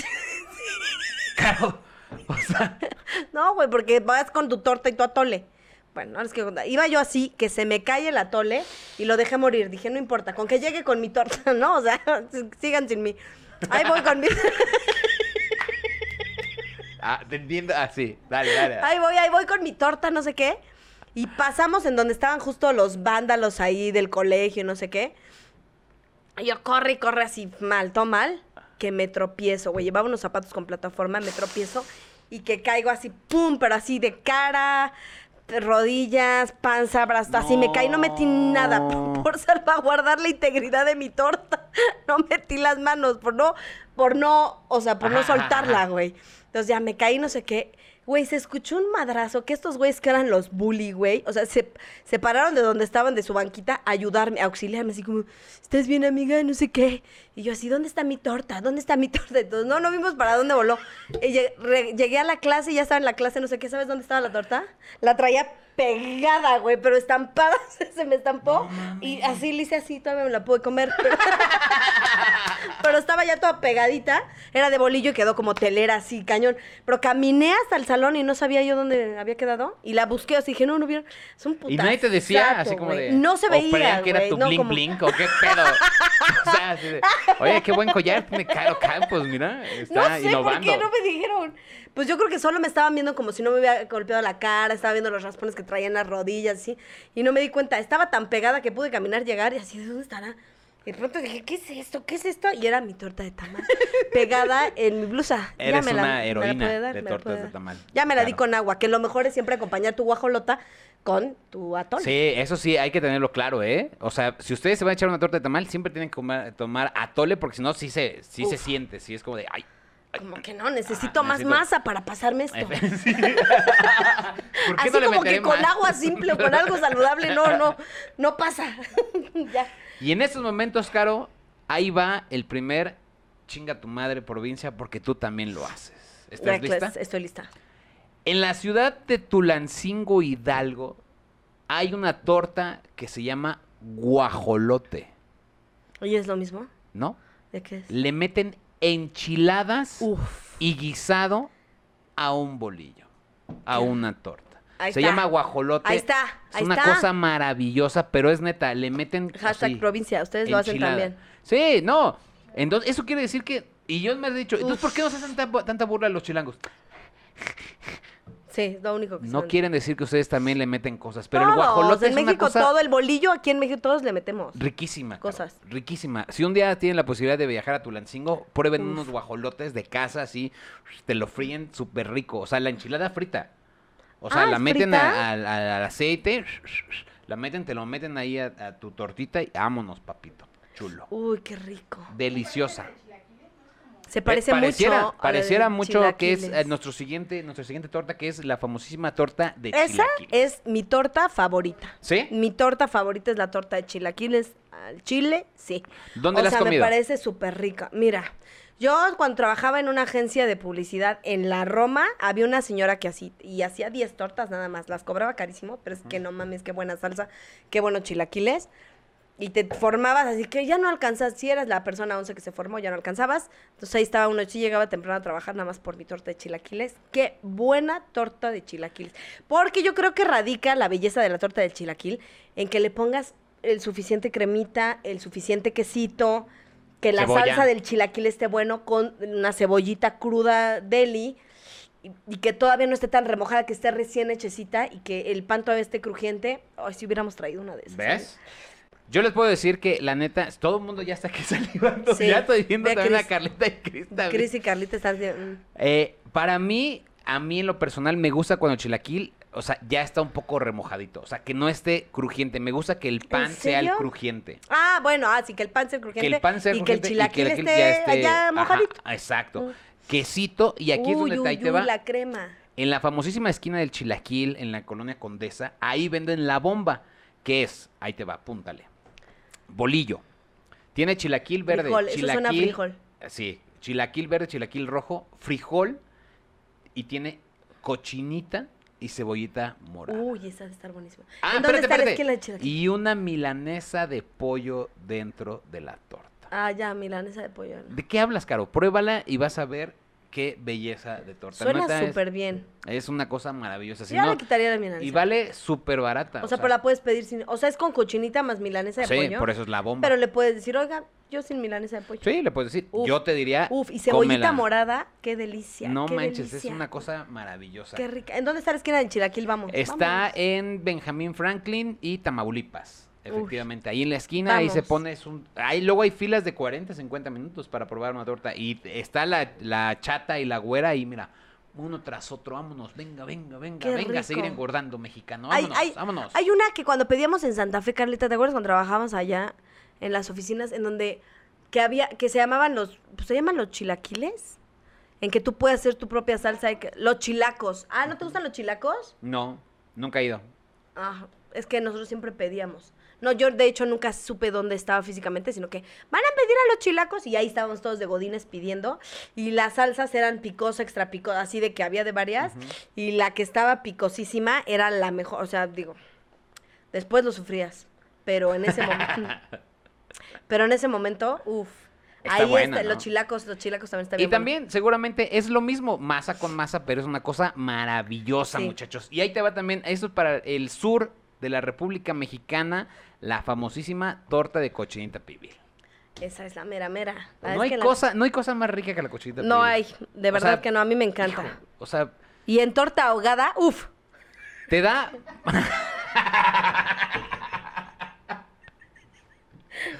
Claro. O sea, No, güey, porque vas con tu torta y tu atole. Bueno, ahora es que iba yo así, que se me cae el atole y lo dejé morir. Dije, no importa, con que llegue con mi torta, ¿no? O sea, sigan sin mí. Ahí voy con mi... ah, te entiendo. Ah, sí. Dale, dale. dale. Ahí voy, ahí voy con mi torta, no sé qué. Y pasamos en donde estaban justo los vándalos ahí del colegio, no sé qué. Y yo corre y corre así mal, todo mal, que me tropiezo, güey. Llevaba unos zapatos con plataforma, me tropiezo y que caigo así, pum, pero así de cara, de rodillas, panza, brazos, así me caí, no metí nada por, No. por salvaguardar la integridad de mi torta. No metí las manos por no, por no, o sea, por no Ajá, ajá, soltarla, ajá. güey. Entonces ya me caí, no sé qué. Güey, se escuchó un madrazo, que estos güeyes que eran los bully, güey. O sea, se, se pararon de donde estaban, de su banquita, a ayudarme, a auxiliarme, así como, ¿estás bien, amiga? No sé qué. Y yo así, ¿dónde está mi torta? ¿Dónde está mi torta? Entonces, no, no vimos para dónde voló. Y lle- re- llegué a la clase, ya estaba en la clase, no sé qué, ¿sabes dónde estaba la torta? La traía pegada, güey, pero estampada, se se me estampó. y así le hice así, todavía me la pude comer. pero- pero estaba ya toda pegadita. Era de bolillo y quedó como telera así, cañón. Pero caminé hasta el salón y no sabía yo dónde había quedado. Y la busqué, así dije, no, no vieron. Es un putazo. Y nadie te decía así como de. No se o veía. creían que era güey, tu no, bling como- bling o qué pedo. o sea, así de, oye, qué buen collar tiene Caro Campos, pues, mira. No Está sé por innovando. qué no me dijeron. Pues yo creo que solo me estaban viendo como si no me hubiera golpeado la cara, estaba viendo los raspones que traía en las rodillas, así. Y no me di cuenta. Estaba tan pegada que pude caminar, llegar y así, ¿de dónde estará? Y de pronto dije, ¿qué es esto? ¿Qué es esto? Y era mi torta de tamal pegada en mi blusa. Ya Eres me la- una me la heroína puede dar, de me la puede tortas de dar. tamal, Ya me la di claro. con agua, que lo mejor es siempre acompañar tu guajolota con tu atole. Sí, eso sí, hay que tenerlo claro, ¿eh? O sea, si ustedes se van a echar una torta de tamal, siempre tienen que comer- tomar atole, porque si no, sí se, sí se Uf. siente, sí es como de, ay, Como que no, necesito Ah, más necesito- masa para pasarme esto. Sí. ¿Por qué Así no le como meteré que con más? agua simple o con algo saludable, no, no, no pasa. ya. Y en estos momentos, Caro, ahí va el primer chinga tu madre provincia porque tú también lo haces. ¿Estás Ya, lista? claro, Estoy lista. En la ciudad de Tulancingo Hidalgo hay una torta que se llama guajolote, Oye, es lo mismo. ¿no? ¿De qué es? Le meten enchiladas Uf. y guisado a un bolillo, a una torta. Ahí se está. llama guajolote. Ahí está, Es ahí una está. cosa maravillosa, pero es neta, le meten Hashtag así, provincia, ustedes lo hacen enchilada. también. Sí, no. Entonces, eso quiere decir que. Y yo me he dicho, entonces, ¿por qué nos hacen tan bu- tanta burla a los chilangos? Sí, es Pues lo único que No son. quieren decir que ustedes también le meten cosas, pero el Todos, guajolote en es México una cosa todo, el bolillo aquí en México todos le metemos. riquísima. cabrón, Cosas. riquísima. Si un día tienen la posibilidad de viajar a Tulancingo, prueben Uf. unos guajolotes de casa así, te lo fríen súper rico. O sea, la enchilada frita. O sea, Ah, la ¿es meten a- frita? al- al- al aceite, la meten, te lo meten ahí a, a tu tortita y vámonos, papito. Chulo. Uy, qué rico. Deliciosa. Se parece Eh, pareciera, mucho. a la Pareciera de mucho que es eh, chilaquiles. nuestro siguiente, nuestra siguiente torta, que es la famosísima torta de Esa chilaquiles. es mi torta favorita. ¿Sí? Mi torta favorita es la torta de chilaquiles al chile, sí. ¿Dónde o la has sea, comido? me parece súper rica. Mira, yo cuando trabajaba en una agencia de publicidad en la Roma, había una señora que así, y hacía 10 tortas nada más. Las cobraba carísimo, pero es que no mames, qué buena salsa, qué buenos chilaquiles. Y te formabas, así que ya no alcanzas, si eras la persona 11 que se formó, ya no alcanzabas. Entonces ahí estaba uno, yo llegaba temprano a trabajar nada más por mi torta de chilaquiles. Qué buena torta de chilaquiles. Porque yo creo que radica la belleza de la torta del chilaquil en que le pongas el suficiente cremita, el suficiente quesito, que la Cebolla. salsa del chilaquil esté bueno con una cebollita cruda deli y, y que todavía no esté tan remojada, que esté recién hechecita y que el pan todavía esté crujiente. Ay, si hubiéramos traído una de esas. ¿sabes? ¿Ves? Yo les puedo decir que, la neta, todo el mundo ya está aquí salivando. Sí. Ya estoy viendo Ve a también a Cris. Carlita y Cris también. Cris y Carlita están de- mm. Eh, para mí, a mí en lo personal me gusta cuando el chilaquil, o sea, ya está un poco remojadito. O sea, que no esté crujiente. Me gusta que el pan sea el serio? crujiente. Ah, bueno, así que el pan sea crujiente que el pan sea y que el crujiente chilaquil chilaquil esté allá ajá, mojadito. exacto. Mm. Quesito, y aquí es Uy, donde uy, ahí te uy, va. la crema. En la famosísima esquina del Chilaquil, en la colonia Condesa, ahí venden la bomba, que es, ahí te va, apúntale. Bolillo. Tiene chilaquil verde, Frijol, eso chilaquil. suena a frijol. Sí, chilaquil verde, chilaquil rojo, frijol y tiene cochinita y cebollita morada. Uy, esa debe estar buenísima. Ah, ¿En dónde espérate, está la espérate. esquina de chilaquil? Y una milanesa de pollo dentro de la torta. Ah, ya, milanesa de pollo. ¿no? ¿De qué hablas, Caro? Pruébala y vas a ver qué belleza de torta. Neta, Suena es- súper bien. es una cosa maravillosa. Si ya no- le quitaría la milanesa. y vale súper barata. o, sea, pero la puedes pedir sin... O sea, es con cochinita más milanesa de Sí, pollo. por eso es la bomba. Pero le puedes decir, oiga, yo sin milanesa de pollo. Sí, le puedes decir. Uf, yo te diría. Uf, y cebollita cómela. morada, qué delicia. No qué manches, delicia. es una cosa maravillosa. Qué rica. ¿En dónde está la esquina de chilaquil? Vamos. Está vámonos. en Benjamín Franklin y Tamaulipas. Efectivamente, ahí en la esquina, ahí se Vamos. pone es un... Ahí luego hay filas de 40, 50 minutos para probar una torta. Y está la, la chata y la güera y mira, uno tras otro, vámonos, venga, venga, venga, Qué venga, a seguir rico. engordando mexicano. Hay- Vámonos, hay- vámonos. Hay una que cuando pedíamos en Santa Fe, Carlita, ¿te acuerdas cuando trabajábamos allá en las oficinas en donde que había que se llamaban los pues, se llaman los chilaquiles? En que tú puedes hacer tu propia salsa, y que- los chilacos. Ah, ¿no te gustan los chilacos? No, nunca he ido. Ah, es que nosotros siempre pedíamos. No, yo de hecho nunca supe dónde estaba físicamente, sino que van a pedir a los chilacos y ahí estábamos todos de godines pidiendo y las salsas eran picosa, extra picosa, así de que había de varias y la que estaba picosísima era la mejor, o sea, digo, después lo sufrías, pero en ese momento pero en ese momento, uff. Está ahí buena, está- ¿no? los chilacos, los chilacos también Y están bien buenos. también, seguramente es lo mismo, masa con masa, pero es una cosa maravillosa, Sí. muchachos. Y ahí te va también, eso es para el sur de la República Mexicana, la famosísima torta de cochinita pibil. Esa es la mera mera. No La Ah, es hay, que la- cosa, no hay cosa más rica que la cochinita pibil. No hay, de O verdad sea, que no, a mí me encanta. hijo, o sea, Y en torta ahogada, uff. te da...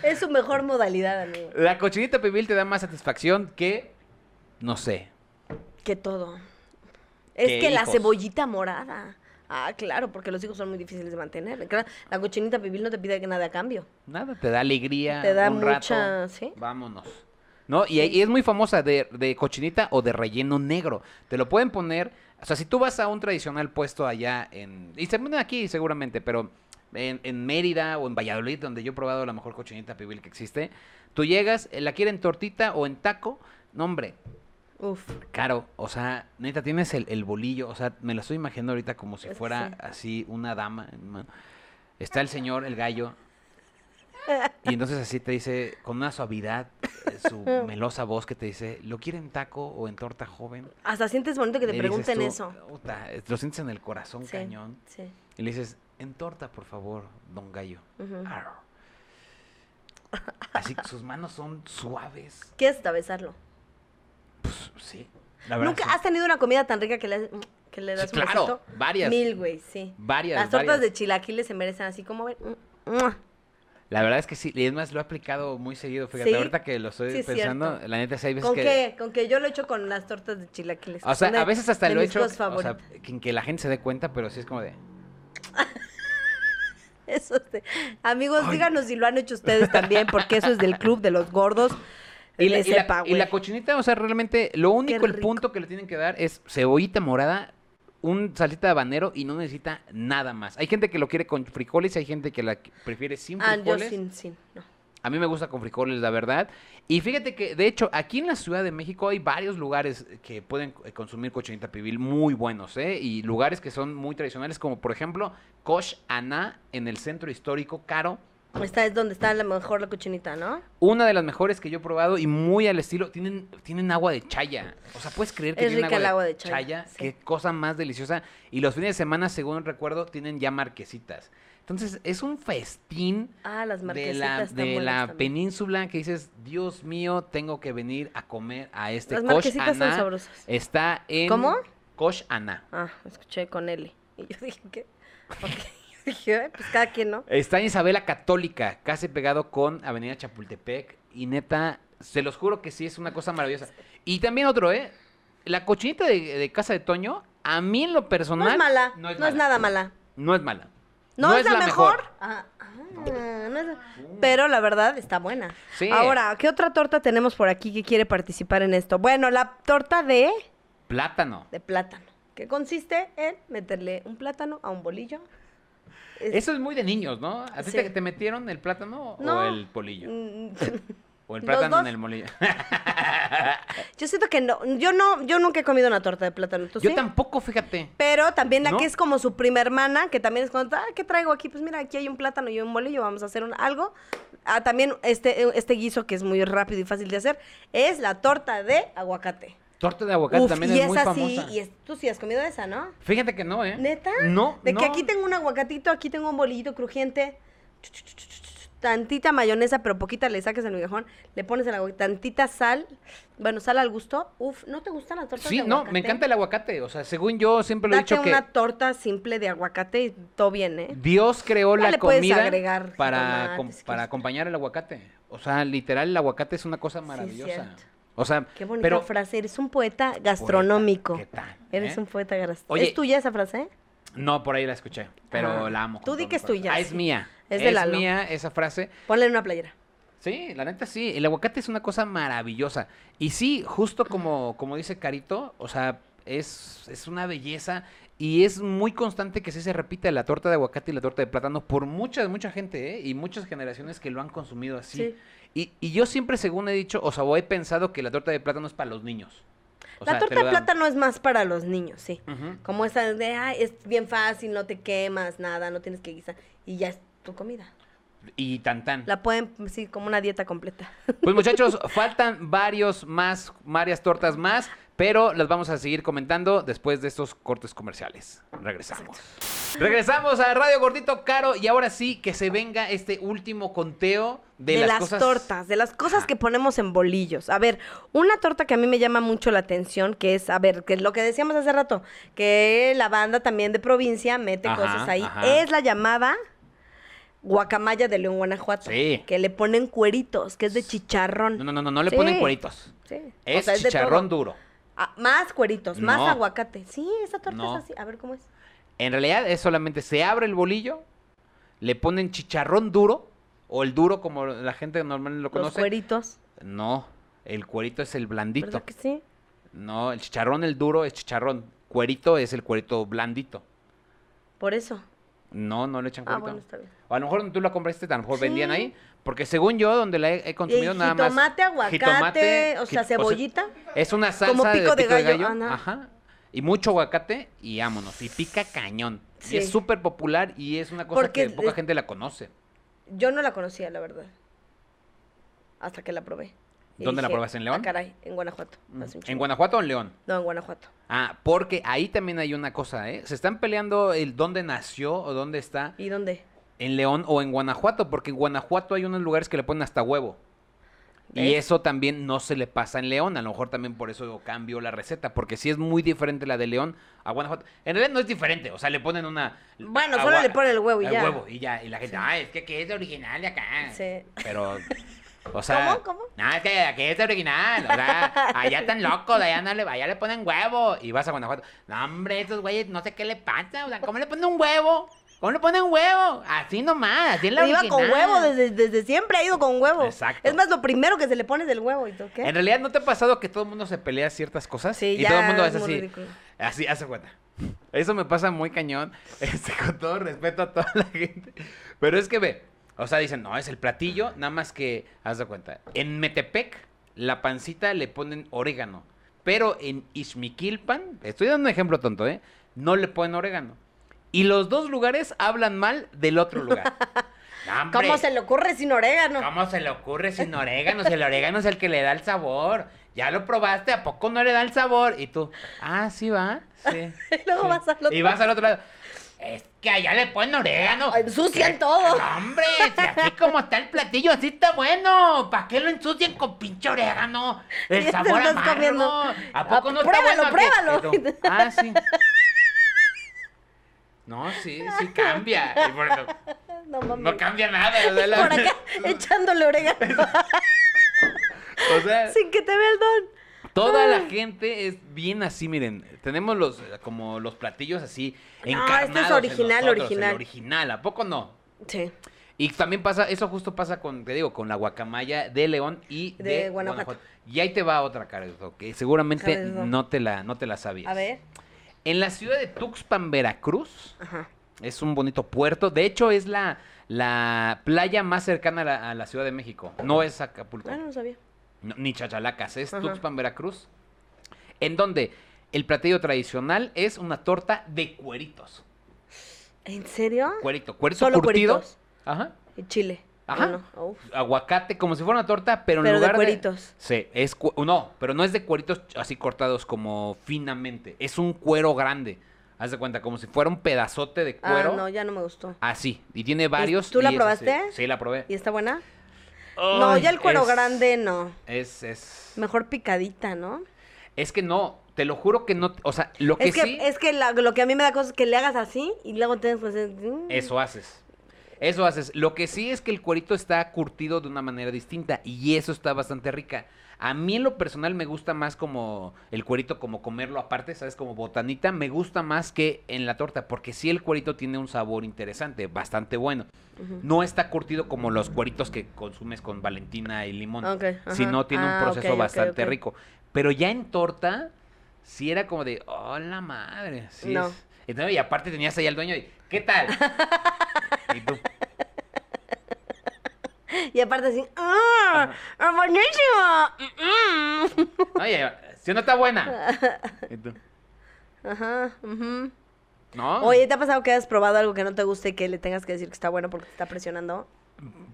Es su mejor modalidad, amigo. La cochinita pibil te da más satisfacción que... No sé. Que todo. Es Que que la hijos. cebollita morada. Ah, claro, porque los hijos son muy difíciles de mantener. Claro, La cochinita pibil no te pide nada a cambio. Nada, te da alegría. Te da un mucha- rato. ¿sí? Vámonos. ¿no? Y, ahí- y es muy famosa de, de cochinita o de relleno negro. Te lo pueden poner, o sea, si tú vas a un tradicional puesto allá en, y se venden aquí seguramente, pero en, en Mérida o en Valladolid, donde yo he probado la mejor cochinita pibil que existe, tú llegas, eh, la quieren tortita o en taco, no hombre, Uf. Caro, o sea, neta, tienes el, el bolillo, o sea, me lo estoy imaginando ahorita como si Es que fuera Eh, sí. así una dama. en mano. Está el señor, el gallo, y entonces así te dice, con una suavidad, eh, su melosa voz que te dice, ¿lo quiere en taco o en torta joven? Hasta sientes bonito que te Le dices pregunten tú, eso. "Puta, eh, lo sientes en el corazón Sí, cañón. Sí. Y le dices, en torta, por favor, don gallo. Ujú. Arr. Así, sus manos son suaves. ¿Qué es hasta besarlo? Pues, sí, la verdad. ¿Nunca sí. has tenido una comida tan rica que le, que le das Sí, un claro, besito? varias. Mil, güey, sí. Varias, Las tortas varias. de chilaquiles se merecen así como ver. mm, ¡mua! La verdad es que sí, y es más, lo he aplicado muy seguido. Fíjate, Sí, ahorita que lo estoy sí es pensando, cierto. la neta, sí hay veces ¿Con que. qué? Con que yo lo he hecho con las tortas de chilaquiles. O sea, Son de- a veces hasta de lo he mis hecho. cosas O sea, favoritas. que, que la gente se dé cuenta, pero sí es como de. Eso es de- Amigos, díganos si lo han hecho ustedes también, porque eso es del club de los gordos. Y la, Le y la- sepa, y la güey. cochinita, o sea, realmente lo único, el rico. punto que le tienen que dar es cebollita morada, un salsita de habanero y no necesita nada más. Hay gente que lo quiere con frijoles, hay gente que la qu- prefiere sin Ah, yo frijoles. sin, sin. no. A mí me gusta con frijoles, la verdad. Y fíjate que, de hecho, aquí en la Ciudad de México hay varios lugares que pueden eh, consumir cochinita pibil muy buenos, ¿eh? Y lugares que son muy tradicionales, como por ejemplo Kosh Aná en el centro histórico Caro. Esta es donde está la mejor la cochinita, ¿no? Una de las mejores que yo he probado y muy al estilo. Tienen, tienen agua de chaya. O sea, puedes creer que Es tienen rica agua, el agua de chaya. chaya, sí. Qué cosa más deliciosa. Y los fines de semana, según recuerdo, tienen ya marquesitas. Entonces, es un festín Ah, las de marquesitas la, están de buenas la también. península que dices, Dios mío, tengo que venir a comer a este Las Kosh marquesitas son Aná". sabrosas. eh. Está en ¿Cómo? Kosh Aná. Ah, escuché con L. Y yo dije, ¿qué? Ok. Yo dije, "Ay, pues cada quien, ¿no? Está en Isabela Católica, casi pegado con Avenida Chapultepec. Y neta, se los juro que sí, es una cosa maravillosa. Y también otro, ¿eh? La cochinita de, de Casa de Toño, a mí en lo personal... No es mala, no No es, es mala. nada mala. No es mala. No, es, la mejor. Ah, ah, no es la- Pero la verdad está buena. Sí. Ahora, ¿qué otra torta tenemos por aquí que quiere participar en esto? Bueno, la torta de, Plátano. de plátano, que consiste en meterle un plátano a un bolillo. Es- Eso es muy de niños, ¿no? ¿A ti Sí. te, te metieron el plátano No. o el polillo? Mm, O el Los plátano en dos. el molillo. Yo siento que no, yo no, yo nunca he comido una torta de plátano. ¿tú Yo sí? tampoco, fíjate. Pero también la ¿No? que es como su prima hermana, que también es cuando, ah, ¿qué traigo aquí? Pues mira, aquí hay un plátano y un bolillo, vamos a hacer un, algo. Ah, también este, este guiso que es muy rápido y fácil de hacer, es la torta de aguacate. Torta de aguacate Uf, también y es muy esa sí, famosa. y es- tú sí has comido esa, ¿no? Fíjate que no, ¿eh? ¿Neta? No, De no. que aquí tengo un aguacatito, aquí tengo un bolillito crujiente, chu, chu, chu, chu, chu, chu, tantita mayonesa, pero poquita le saques el migajón, le pones el aguacate, tantita sal, bueno, sal al gusto. Uf, ¿no te gustan las tortas Sí, de no, aguacate? me encanta el aguacate. O sea, según yo siempre lo he Date dicho que una torta simple de aguacate y todo bien, ¿eh? Dios creó Ya la le puedes comida agregar para, jitomates, com- que para es- acompañar el aguacate. O sea, literal, el aguacate es una cosa maravillosa. cierto. o sea, Qué bonita pero frase, eres un poeta gastronómico. ¿qué tal, Eres eh? un poeta gastronómico. Oye. ¿Es tuya esa frase? no, por ahí la escuché, pero Ah. la amo. con Tú di todo que mi es corazón. tuya, Ah, es sí. mía. Es de Lalo. mía esa frase. Ponle en una playera. Sí, la neta sí, el aguacate es una cosa maravillosa. Y sí, justo como, como dice Carito, o sea, es, es una belleza y es muy constante que sí se repita la torta de aguacate y la torta de plátano por mucha, mucha gente ¿eh? y muchas generaciones que lo han consumido así. Sí. Y, y yo siempre, según he dicho, o sea, o he pensado que la torta de plátano es para los niños. O la sea, te torta lo de dan. plátano es más para los niños, sí. Ujú. Como esa de, "Ay, es bien fácil, no te quemas, nada, no tienes que guisar. Y ya es tu comida. Y tan tan. La pueden, sí, como una dieta completa. Pues muchachos, faltan varios más, varias tortas más, pero las vamos a seguir comentando después de estos cortes comerciales. Regresamos. Regresamos a Radio Gordito Caro y ahora sí que se venga este último conteo de, De, las, las cosas- tortas, de las cosas Ajá. que ponemos en bolillos. A ver, una torta que a mí me llama mucho la atención, que es, a ver, que es lo que decíamos hace rato, que la banda también de provincia mete Ajá, cosas ahí, ajá. es la llamada guacamaya de León, Guanajuato. Sí. Que le ponen cueritos, que es de chicharrón. No, no, no, no, no le ponen Sí, cueritos. sí. O Es sea, de chicharrón todo. duro. Ah, más cueritos, más No. aguacate. Sí, esa torta No. es así. A ver cómo es. En realidad es solamente se abre el bolillo, le ponen chicharrón duro o el duro como la gente normalmente lo Los conoce. cueritos. No, El cuerito es el blandito. ¿Verdad que sí? No, el chicharrón, el duro, es chicharrón. Cuerito es el cuerito blandito. Por eso. No, no le echan Ah, cuerito. bueno, está bien. O a lo mejor tú la compraste, a lo mejor vendían Sí. ahí. Porque según yo, donde la he, he consumido Y nada más. jitomate, aguacate, o sea, jit- cebollita. es una salsa Como de pico de gallo. ajá. Ajá. Y mucho aguacate y vámonos. Y pica cañón. Sí. Y es súper popular y es una cosa Porque que poca es- gente la conoce. Yo no la conocía, la verdad. Hasta que la probé. ¿Dónde la probaste, en León? "Ah, caray, en Guanajuato. hace un ¿En chingo". Guanajuato o en León? No, en Guanajuato. Ah, porque ahí también hay una cosa, ¿eh? Se están peleando el dónde nació o dónde está. ¿Y dónde? En León o en Guanajuato, porque en Guanajuato hay unos lugares que le ponen hasta huevo. Y ¿Ves? eso también no se le pasa en León. A lo mejor también por eso cambió la receta, porque sí es muy diferente la de León a Guanajuato. En realidad no es diferente, o sea, le ponen una. Bueno, agua- solo le ponen el huevo y ya. huevo y ya. Y la gente, ah, es que, que es de original de acá. Sí. Pero. O sea, ¿Cómo? ¿Cómo? No, es que de aquí es de original. O sea, allá tan locos, allá no le, allá le ponen huevo. Y vas a Guanajuato. No, hombre, esos güeyes, no sé qué le pasa. O sea, ¿cómo le ponen un huevo? ¿Cómo le ponen huevo? Así nomás, así es la Iba con original. huevo, desde, desde siempre ha ido con huevo. Exacto. Es más, lo primero que se le pone es el huevo. ¿Y tú qué? En realidad, ¿no te ha pasado que todo el mundo se pelea ciertas cosas? Sí, y ya todo el mundo es es muy así. ridículo. Así, hace cuenta. Eso me pasa muy cañón, este, con todo respeto a toda la gente. Pero es que ve, o sea, dicen, no, es el platillo, nada más que, haz de cuenta. En Metepec, la pancita le ponen orégano. Pero en Ixmiquilpan, estoy dando un ejemplo tonto, ¿eh? No le ponen orégano. Y los dos lugares hablan mal del otro lugar. No, hombre. ¿Cómo se le ocurre sin orégano? ¿Cómo se le ocurre sin orégano? Si el orégano es el que le da el sabor. Ya lo probaste, ¿a poco no le da el sabor? Y tú, ah, sí va. Sí. Y luego sí. vas al otro Y vas al otro lado. Es que allá le ponen orégano. Ay, ensucian ¿Qué? todo. No, hombre, si aquí como está el platillo, así está bueno. ¿Para qué lo ensucian con pinche orégano? Y El te sabor estás amargo. comiendo. ¿A poco Ah, no pruébalo, está bueno? aquí? pruébalo. Y tú, ah, sí. No, sí, sí cambia. Y por eso, No mames. no cambia nada. o sea, la- Por acá echándole orégano O sea, sin que te vea el don. toda la Ah. gente es bien así, miren. Tenemos los eh, como los platillos así este es encarnados. en original, nosotros, original. El original, ¿a poco no? Sí. Y también pasa, eso justo pasa con, te digo, con la guacamaya de León y de, De Guanajuato. Guanajuato. Y ahí te va otra, Careto, que seguramente Careto. no te la, no te la sabías. A ver. En la ciudad de Tuxpan, Veracruz, Ajá. es un bonito puerto. De hecho, es la, la playa más cercana a la, a la Ciudad de México. No es Acapulco. Ah, no lo sabía. No, ni chachalacas, es Ajá. Tuxpan, Veracruz. En donde el platillo tradicional es una torta de cueritos. ¿En serio? Cuerito, cuerito Solo curtido. cueritos. Ajá. Y chile. Ajá. Ah, no. Uf. Aguacate, como si fuera una torta, pero en Pero de lugar cueritos. Sí, es cu- no, pero no es de cueritos así cortados como finamente. Es un cuero grande. Haz de cuenta, como si fuera un pedazote de Ah, cuero. no, ya no me gustó. Así. Y tiene varios. tú la y es así. probaste? Sí, la probé. ¿Y está buena? no, Ay, ya el cuero es- grande no. Es, es. Mejor picadita, ¿no? Es que no, te lo juro que no. O sea, lo que, Es que, sí. es que la- lo que a mí me da cosa es que le hagas así y luego tienes que hacer... mm. Eso haces. Eso haces. Lo que sí es que el cuerito está curtido de una manera distinta y eso está bastante rica. A mí en lo personal me gusta más como el cuerito, como comerlo aparte, ¿sabes? Como botanita, me gusta más que en la torta, porque sí el cuerito tiene un sabor interesante, bastante bueno. No está curtido como los cueritos que consumes con Valentina y limón, Ok, ajá. sino tiene Ah, un proceso ok, ok, bastante ok. rico. Pero ya en torta, sí era como de, oh la madre. Sí No. es. Entonces, y aparte tenías ahí al dueño y, ¿qué tal? y tú, Y aparte así, ¡ah! ¡Ah, ¡Buenísimo! Mm, mm. oye, si no está buena. Y tú, Ajá, ujú. no. Oye, ¿te ha pasado que has probado algo que no te gusta y que le tengas que decir que está bueno porque te está presionando?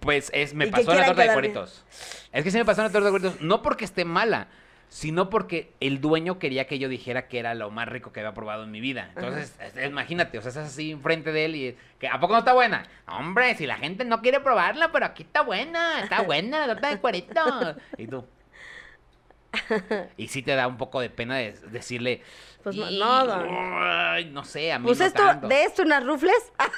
Pues es, me ¿Y qué pasó en la quieran torta de quedar bien? cueritos. Es que sí me pasó en la torta de cueritos. No porque esté mala, sino porque el dueño quería que yo dijera que era lo más rico que había probado en mi vida. Entonces, es- imagínate, o sea, estás así enfrente de él y. que, ¿A poco no está buena? Hombre, si la gente no quiere probarla, pero aquí está buena, está buena la torta de cueritos. Y tú. Y sí te da un poco de pena de- decirle. Pues no- "Y- no, don". ay, no sé, a mí Pues no esto, tanto". de esto unas rufles. Ah,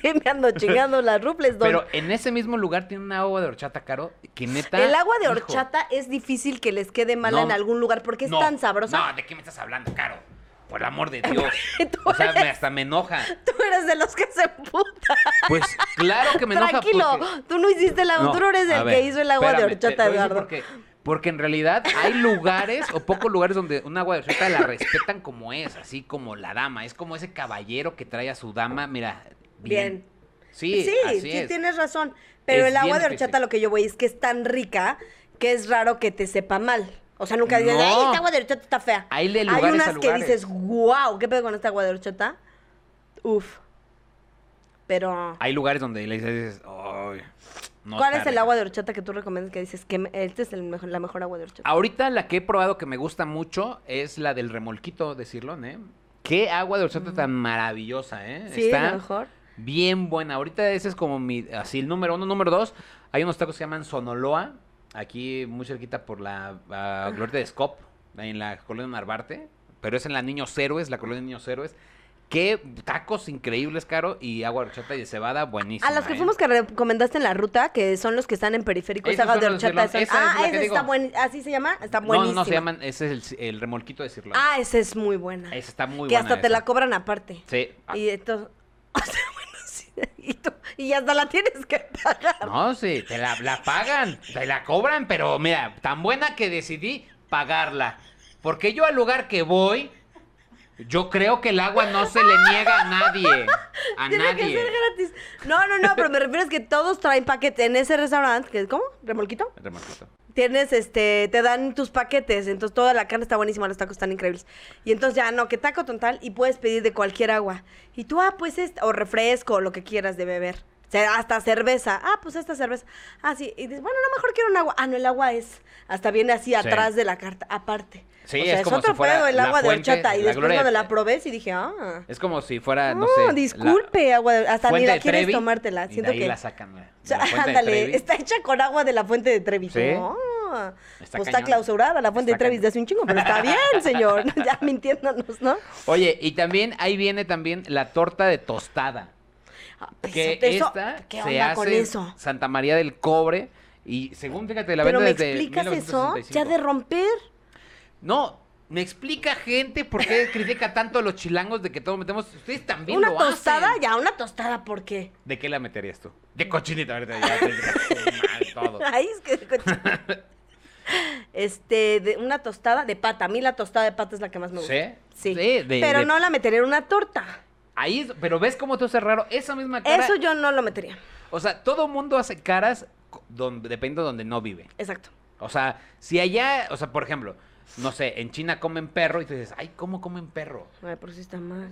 sí, me ando chingando las rufles, don. Pero en ese mismo lugar tiene una agua de horchata, Caro, que neta... el agua de hijo, horchata es difícil que les quede mala No. en algún lugar porque es no, tan sabrosa. No, ¿de qué me estás hablando, Caro? por el amor de Dios. Tú o sea, me- hasta me enoja. Tú eres de los que se emputa. Pues claro que me enoja. Tranquilo, porque- tú no hiciste el agua, tú no eres a el ver, que hizo el agua espérame, de te- te horchata, voy a decir por Eduardo. qué. Porque en realidad hay lugares o pocos lugares donde un agua de horchata la respetan como es, así como la dama. Es como ese caballero que trae a su dama, mira, bien. Bien. Sí, sí, así sí es. tienes razón. Pero Es el agua bien de horchata difícil. lo que yo voy es que es tan rica que es raro que te sepa mal. O sea, nunca dices, No. ay, esta agua de horchata está fea. Hay de Hay lugares a unas que lugares. dices, wow, ¿qué pedo con esta agua de horchata? Uf. Pero, Hay lugares donde le dices, "Ay, no ¿cuál está es el rica". agua de horchata que tú recomiendas que dices que me- esta es el mejor- la mejor agua de horchata? Ahorita la que he probado que me gusta mucho es la del remolquito de Cirlón, ¿eh? Qué agua de horchata tan maravillosa, ¿eh? Mm. sí, Está la mejor. bien buena. Ahorita ese es como mi, así el número uno. Número dos, hay unos tacos que se llaman Sonoloa, aquí muy cerquita por la ah, Glorieta de Scop, en la colonia Narvarte, pero es en la Niños Héroes, la colonia Niños Héroes. Qué tacos increíbles, Caro, y agua de horchata y de cebada, buenísima. A los que ¿eh? fuimos que recomendaste en la ruta, que son los que están en periférico, Esos esa agua son de los de horchata. Cirlón, esa- esa es ah, la que esa digo. está buena. ¿Así se llama? Está No, buenísima. no, se llaman, ese es el, el remolquito de Cirlón. Ah, esa es muy buena. Esa está muy que buena. hasta te esa. la cobran aparte. Sí. Ah, Y entonces. O sea, bueno, sí. Y, tú- y hasta la tienes que pagar. No, sí, te la, la pagan, te la cobran, pero mira, tan buena que decidí pagarla. Porque yo al lugar que voy, yo creo que el agua no se le niega a nadie. A Tiene que nadie. ser gratis. No, no, no, pero me refiero es que todos traen paquete en ese restaurante, que es ¿cómo? ¿Remolquito? Remolquito. Tienes, este, te dan tus paquetes, entonces toda la carne está buenísima, los tacos están increíbles. Y entonces ya, no, que taco tontal y puedes pedir de cualquier agua. Y tú, ah, pues esta, o refresco, o lo que quieras de beber. O sea, hasta cerveza. Ah, pues esta cerveza. Ah, sí. Y dices, bueno, a lo mejor quiero un agua. Ah, no, el agua es. Hasta viene así atrás de la carta, aparte. Sí, o sea, es es, como otro si fuera pedo el la agua de fuente, horchata. Y la después gloria cuando de- la probé, sí dije, ah. Es como si fuera, no, No, sé. disculpe, agua de- hasta ni fuente la de quieres Trevi, tomártela, y de siento ahí que- la sacan. mira, de O sea, la fuente de ándale, Trevi. está hecha con agua de la fuente de Trevis. Sí. No. Está pues cañón. está clausurada la fuente Está de Trevis cañón. de hace un chingo, pero está bien, señor. ya mintiéndonos, ¿no? Oye, y también ahí viene también la torta de tostada. Ah, que pues, eso- esta ¿Qué se onda hace con en eso? Santa María del Cobre y según fíjate la pero venta me desde explicas eso, 1965. ya de romper. No, me explica gente por qué critica tanto a los chilangos de que todos metemos. Ustedes también Una lo tostada, hacen. ya, una tostada, ¿por qué? ¿De qué la meterías tú? De cochinita, ahorita ya, ya, todo. Ay, es que Este, de una tostada de pata. A mí la tostada de pata es la que más me gusta. ¿Sí? Sí. Sí, de- pero de- no la metería en una torta. Ahí, es- pero ves cómo te hace raro esa misma cara. Eso yo no lo metería. O sea, todo mundo hace caras co- donde, dependiendo de donde no vive. Exacto. O sea, si allá, o sea, por ejemplo, no sé, en China comen perro y tú dices, ay, ¿cómo comen perro? Ay, por si está mal.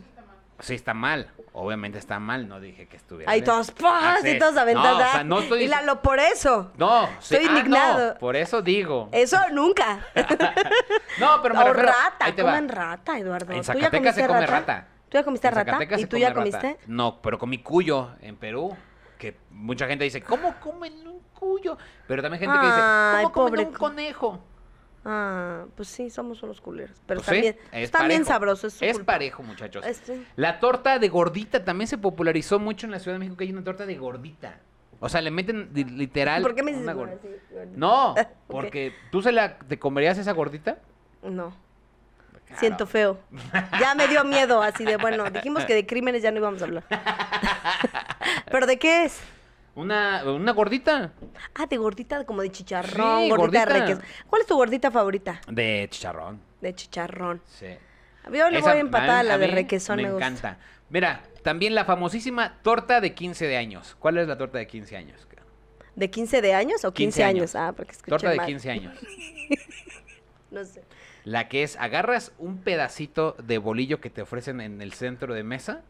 Sí, está mal. Obviamente está mal, no dije que estuviera. Ahí bien. todos, ¡paz! Así Y es. todos aventados. No, o sea, no estoy Y Lalo, por eso. No, sí, Estoy ah, no, indignado. por eso digo. Eso nunca. Ah, No, pero me o refiero- rata. ahí te va. Comen rata, Eduardo. En ¿Tú ya Zacatecas se comiste come rata. ¿Tú ya comiste En rata? Zacatecas ¿Y se tú ya come rata. comiste? No, pero comí cuyo en Perú. Que mucha gente dice, ¿cómo comen un cuyo? Pero también gente que dice, Ay, ¿cómo comen pobre un cu- conejo? Ah, pues sí, somos unos culeros. Pero Pues sí, también, es están bien parejo. sabrosos. Es, su Es culpa. parejo, muchachos. Este. La torta de gordita también se popularizó mucho en la Ciudad de México, que hay una torta de gordita. O sea, le meten di- literal ¿Por qué me dices una gorda? gor- Sí, gorda. No, Ok. porque tú se la te comerías esa gordita? No. Ah, Siento feo. Ya me dio miedo, así de bueno. Dijimos que de crímenes ya no íbamos a hablar. ¿Pero de qué es? Una una gordita Ah, de gordita, como de chicharrón, Sí, gordita, de gordita. reques. ¿Cuál es tu gordita favorita? de chicharrón. De chicharrón. Sí. Yo le Esa, voy empatada a la mí de requesón, me, me gusta. encanta. Mira, también la famosísima torta de 15 de años. ¿Cuál es la torta de 15 años? ¿De 15 de años o 15, 15 años? años. Ah, porque escuché Torta de mal. 15 años. No sé. La que es, agarras un pedacito de bolillo que te ofrecen en el centro de mesa,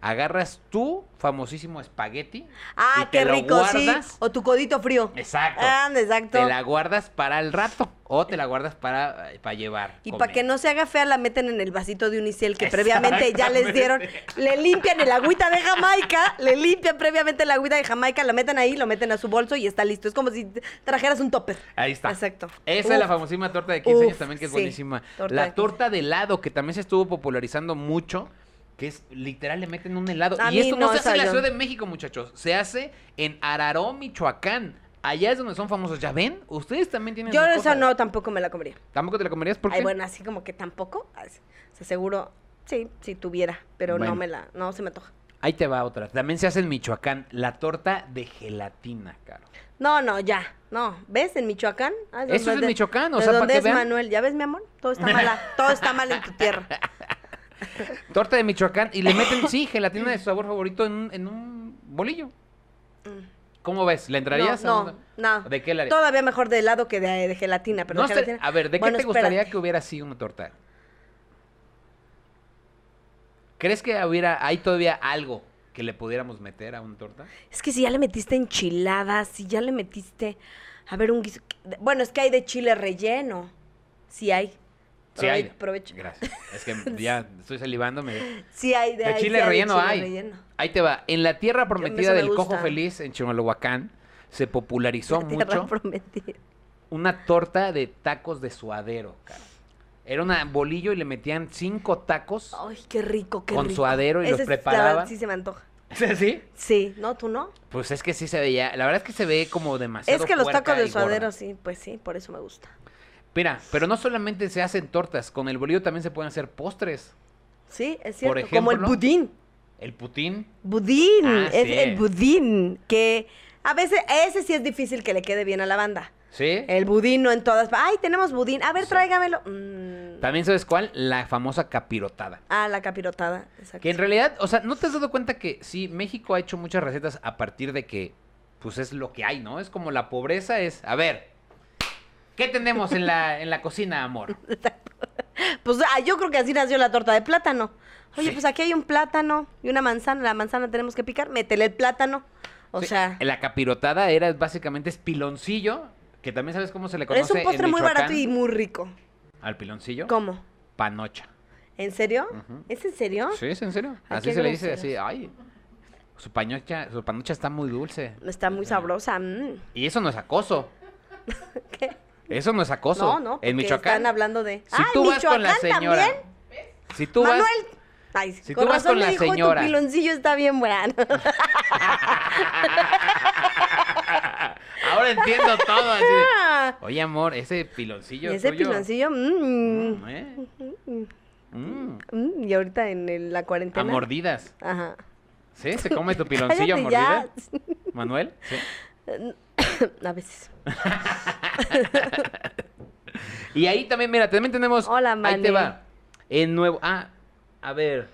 agarras tu famosísimo espagueti. Ah, y te qué lo rico, sí. guardas- O tu codito frío. Exacto. Ah, exacto. Te la guardas para el rato o te la guardas para, para llevar. Y comer. para que no se haga fea, la meten en el vasito de unicel que previamente ya les dieron. Le limpian el agüita de Jamaica, le limpian previamente el agüita de Jamaica, la meten ahí, lo meten a su bolso y está listo. Es como si trajeras un topper. Ahí está. Exacto. Esa es Uf. la famosísima torta de 15 años Uf, también que es sí. buenísima. Torta de la 15. torta de helado que también se estuvo popularizando mucho, que es literal le meten un helado. A y mí esto no, no, se hace esa en la yo- Ciudad de México, muchachos. Se hace en Araró, Michoacán. Allá es donde son famosos. ¿Ya ven? Ustedes también tienen Yo sus esa cosas. no, tampoco me la comería. ¿Tampoco te la comerías? ¿Por Ay, qué? bueno, así como que tampoco. Así. O sea, seguro Sí, si tuviera, pero Bueno. no me la, no se me antoja. Ahí te va otra. También se hace en Michoacán la torta de gelatina, Caro. No, no, ya. No, ¿ves? En Michoacán. Ah, Eso es donde- en Michoacán, o de sea, para dónde que es vean. Manuel? ¿Ya ves, mi amor? Todo está mal, todo está mal en tu tierra. Torta de Michoacán y le meten, sí, gelatina de su sabor favorito en un, en un bolillo. ¿Cómo ves? ¿Le entrarías? a Mm. no, una- no, no. ¿De qué le harías? Todavía mejor de helado que de, de gelatina, pero No de sé, gelatina- a ver, ¿de Bueno, qué te espérate. gustaría que hubiera sido una torta? ¿Crees que hubiera, hay todavía algo que le pudiéramos meter a una torta? Es que si ya le metiste enchiladas, si ya le metiste, a ver, un guiso. Bueno, es que hay de chile relleno. Sí hay. Sí, hay. Prove- Provecho. Gracias. Es que ya estoy salivando. me- Sí hay de, De ahí, chile sí hay de relleno chile hay. relleno. Ahí te va. En la tierra eso prometida me del gusta. Cojo Feliz, en Chimalhuacán, se popularizó La tierra mucho prometida. una torta de tacos de suadero, cara. Era una bolillo y le metían cinco tacos. Ay, qué rico, qué Con rico. suadero y los Ese es- la verdad, preparaban. Sí, se me antoja. ¿Es así? Sí, ¿no? ¿Tú no? Pues es que sí se veía. La verdad es que se ve como demasiado Es que los puerca tacos de y gorda. suadero, sí, pues sí, por eso me gusta. Mira, pero no solamente se hacen tortas, con el bolillo también se pueden hacer postres. Sí, es cierto. Por Como el ejemplo, budín. El putín. Budín, Ah, es sí. el budín, que a veces, ese sí es difícil que le quede bien a la banda. ¿Sí? El budín no en todas. Ay, tenemos budín. A ver, tráigamelo. Mm. También sabes cuál? La famosa capirotada. Ah, la capirotada. Exacto. Que en realidad, o sea, ¿no te has dado cuenta que sí, México ha hecho muchas recetas a partir de que, pues es lo que hay, ¿no? Es como la pobreza es, a ver, ¿qué tenemos en la, en la cocina, amor? Pues ah, yo creo que así nació la torta de plátano. Oye, Sí. pues aquí hay un plátano y una manzana. La manzana tenemos que picar. Métele el plátano. O Sí, sea, La capirotada era básicamente es piloncillo, que también sabes cómo se le conoce es un en postre muy barato y Michoacán muy rico. Al piloncillo. ¿Cómo? Panocha. ¿En serio? Ujú. ¿Es en serio? Sí, es en serio. ¿Ah? Ay, Así qué se le dice, así, groseros. ay. Su panocha, su panocha está muy dulce. Está muy sabrosa. mm. Y eso no es acoso. ¿Qué? Eso no es acoso. No, no. En porque Michoacán. Están hablando de. Si Ah, tú ¿en vas con la Michoacán señora. también? Si tú vas. Manuel. Ay, Si con tú vas razón con me la dijo, señora". Tu piloncillo está bien bueno. Ahora entiendo todo. así de, Oye, amor, ese piloncillo. Ese tuyo, piloncillo. mm, mm, ¿eh? Mm, mm, y ahorita en el- la a cuarentena. mordidas. Ajá. ¿Sí? ¿Se come tu piloncillo a Cállate ya. mordidas? ¿Manuel? Sí. A veces. Y ahí también, mira, también tenemos. Hola, Ahí te Mane. va. En nuevo. Ah, a ver.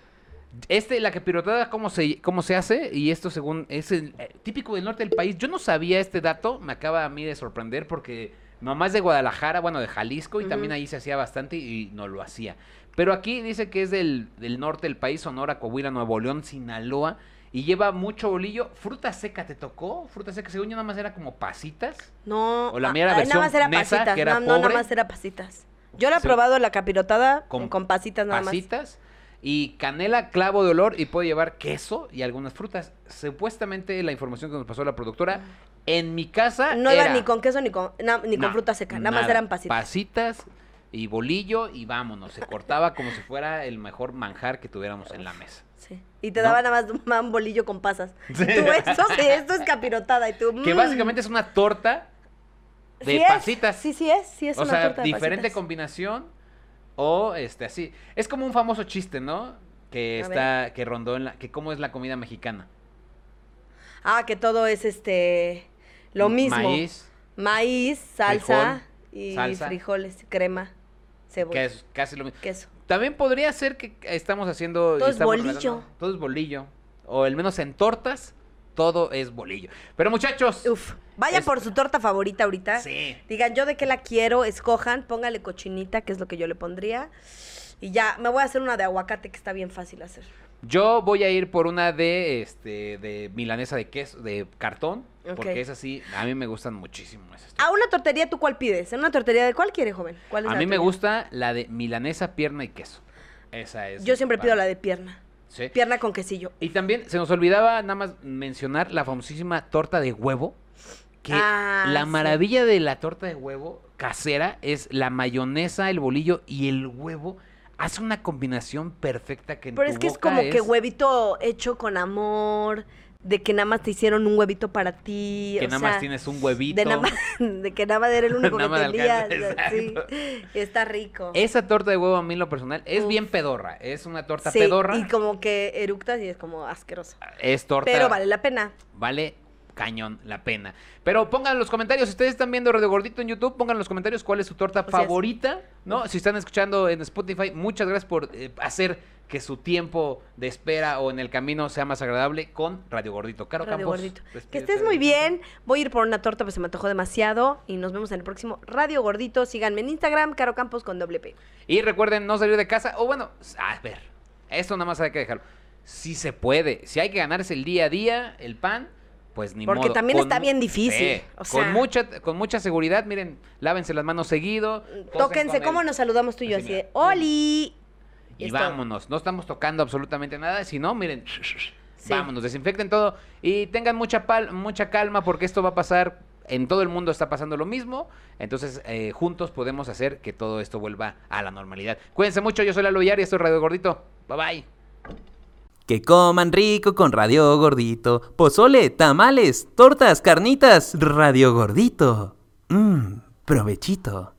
Este, la capirotada, ¿cómo se, ¿cómo se hace? Y esto según es el, eh, típico del norte del país. Yo no sabía este dato, me acaba a mí de sorprender porque mamá es de Guadalajara, bueno, de Jalisco, y también Ujú. ahí se hacía bastante y no lo hacía. Pero aquí dice que es del, del norte del país, Sonora, Coahuila, Nuevo León, Sinaloa, y lleva mucho bolillo. Fruta seca, ¿te tocó? Fruta seca, según yo nada más era como pasitas. No. O la ah, mía era ah, versión Nada más era Nesa, pasitas. que era no, no, pobre. nada más era pasitas. Yo la he Sí. probado la capirotada Con con, con pasitas nada pasitas y canela, clavo de olor y puede llevar queso y algunas frutas. Supuestamente la información que nos pasó la productora, en mi casa más. No era, iba ni con queso ni con, na- ni con No, fruta seca. Nada, más nada. eran pasitas. Pasitas y bolillo y vámonos. Se cortaba como si fuera el mejor manjar que tuviéramos en la mesa. Sí. Y te No. daban nada más un- un bolillo con pasas. Sí. Tú, esto, sí, esto es capirotada. Y tú, Que mm. básicamente es una torta de Sí es, pasitas. Sí, sí es. Sí es o una sea, torta de diferente pasitas. combinación o este así. Es como un famoso chiste, ¿no? Que A está que rondó en la que cómo es la comida mexicana. Ah, que todo es este. Lo mismo. Maíz, Maíz, salsa Frijol, y salsa. frijoles, crema, cebolla, que queso. es casi lo mismo. También podría ser que estamos haciendo. y Todo es estamos bolillo. relatando- Todo es bolillo. O al menos en tortas, todo es bolillo. Pero muchachos. Uf, ¿eh? vaya Es- por su torta favorita ahorita. Sí. Digan yo de qué la quiero, escojan, póngale cochinita, que es lo que yo le pondría. Y ya, me voy a hacer una de aguacate que está bien fácil hacer. Yo voy a ir por una de este de milanesa de queso, de cartón. Ok. Porque es así. A mí me gustan muchísimo esas. A una tortería, ¿tú cuál pides? ¿En una tortería de cuál quiere, joven? ¿Cuál es A la mí me tuya? gusta la de milanesa, pierna y queso. Esa es. Yo siempre pido la de pierna. Sí. Pierna con quesillo. Y también se nos olvidaba nada más mencionar la famosísima torta de huevo. Que Ah, la sí. maravilla de la torta de huevo casera es la mayonesa, el bolillo y el huevo. Hace una combinación perfecta que en Pero tu es que es boca como que huevito hecho con amor, de que nada más te hicieron un huevito para ti. Que o nada sea, más tienes un huevito. De, nada más- de que nada más era el único que Nada más tenías. alcanza, sí. exacto. Está rico. Esa torta de huevo a mí en lo personal es Uf. bien pedorra. Es una torta Sí, pedorra. Y como que eructas y es como asqueroso. Es torta. Pero vale la pena. vale cañón la pena. Pero pongan en los comentarios, si ustedes están viendo Radio Gordito en YouTube, pongan en los comentarios cuál es su torta Así es. favorita, ¿no? Si están escuchando en Spotify, muchas gracias por eh, hacer que su tiempo de espera o en el camino sea más agradable con Radio Gordito. Caro Radio Campos, Gordito. Que despídete estés de muy nosotros. bien. Voy a ir por una torta, pues se me antojó demasiado. Y nos vemos en el próximo Radio Gordito. Síganme en Instagram, Caro Campos con doble P. Y recuerden no salir de casa, o bueno, a ver, esto nada más hay que dejarlo. Si se puede, si hay que ganarse el día a día, el pan, pues ni Porque modo. también está mu- eh, bien difícil, o sea. con, mucha, con mucha seguridad, miren, lávense las manos seguido. tosen Mm, Tóquense, con ¿cómo el- nos saludamos tú y yo? Así, Así de, mira. ¡Oli! Y Es todo. vámonos, no estamos tocando absolutamente nada, si no, miren, Sí. vámonos, desinfecten todo y tengan mucha, pal- mucha calma porque esto va a pasar, en todo el mundo está pasando lo mismo, entonces eh, juntos podemos hacer que todo esto vuelva a la normalidad. Cuídense mucho, yo soy Lalo Villar y esto es Radio Gordito, bye bye. Que coman rico con Radio Gordito. Pozole, tamales, tortas, carnitas, Radio Gordito. Mmm, provechito.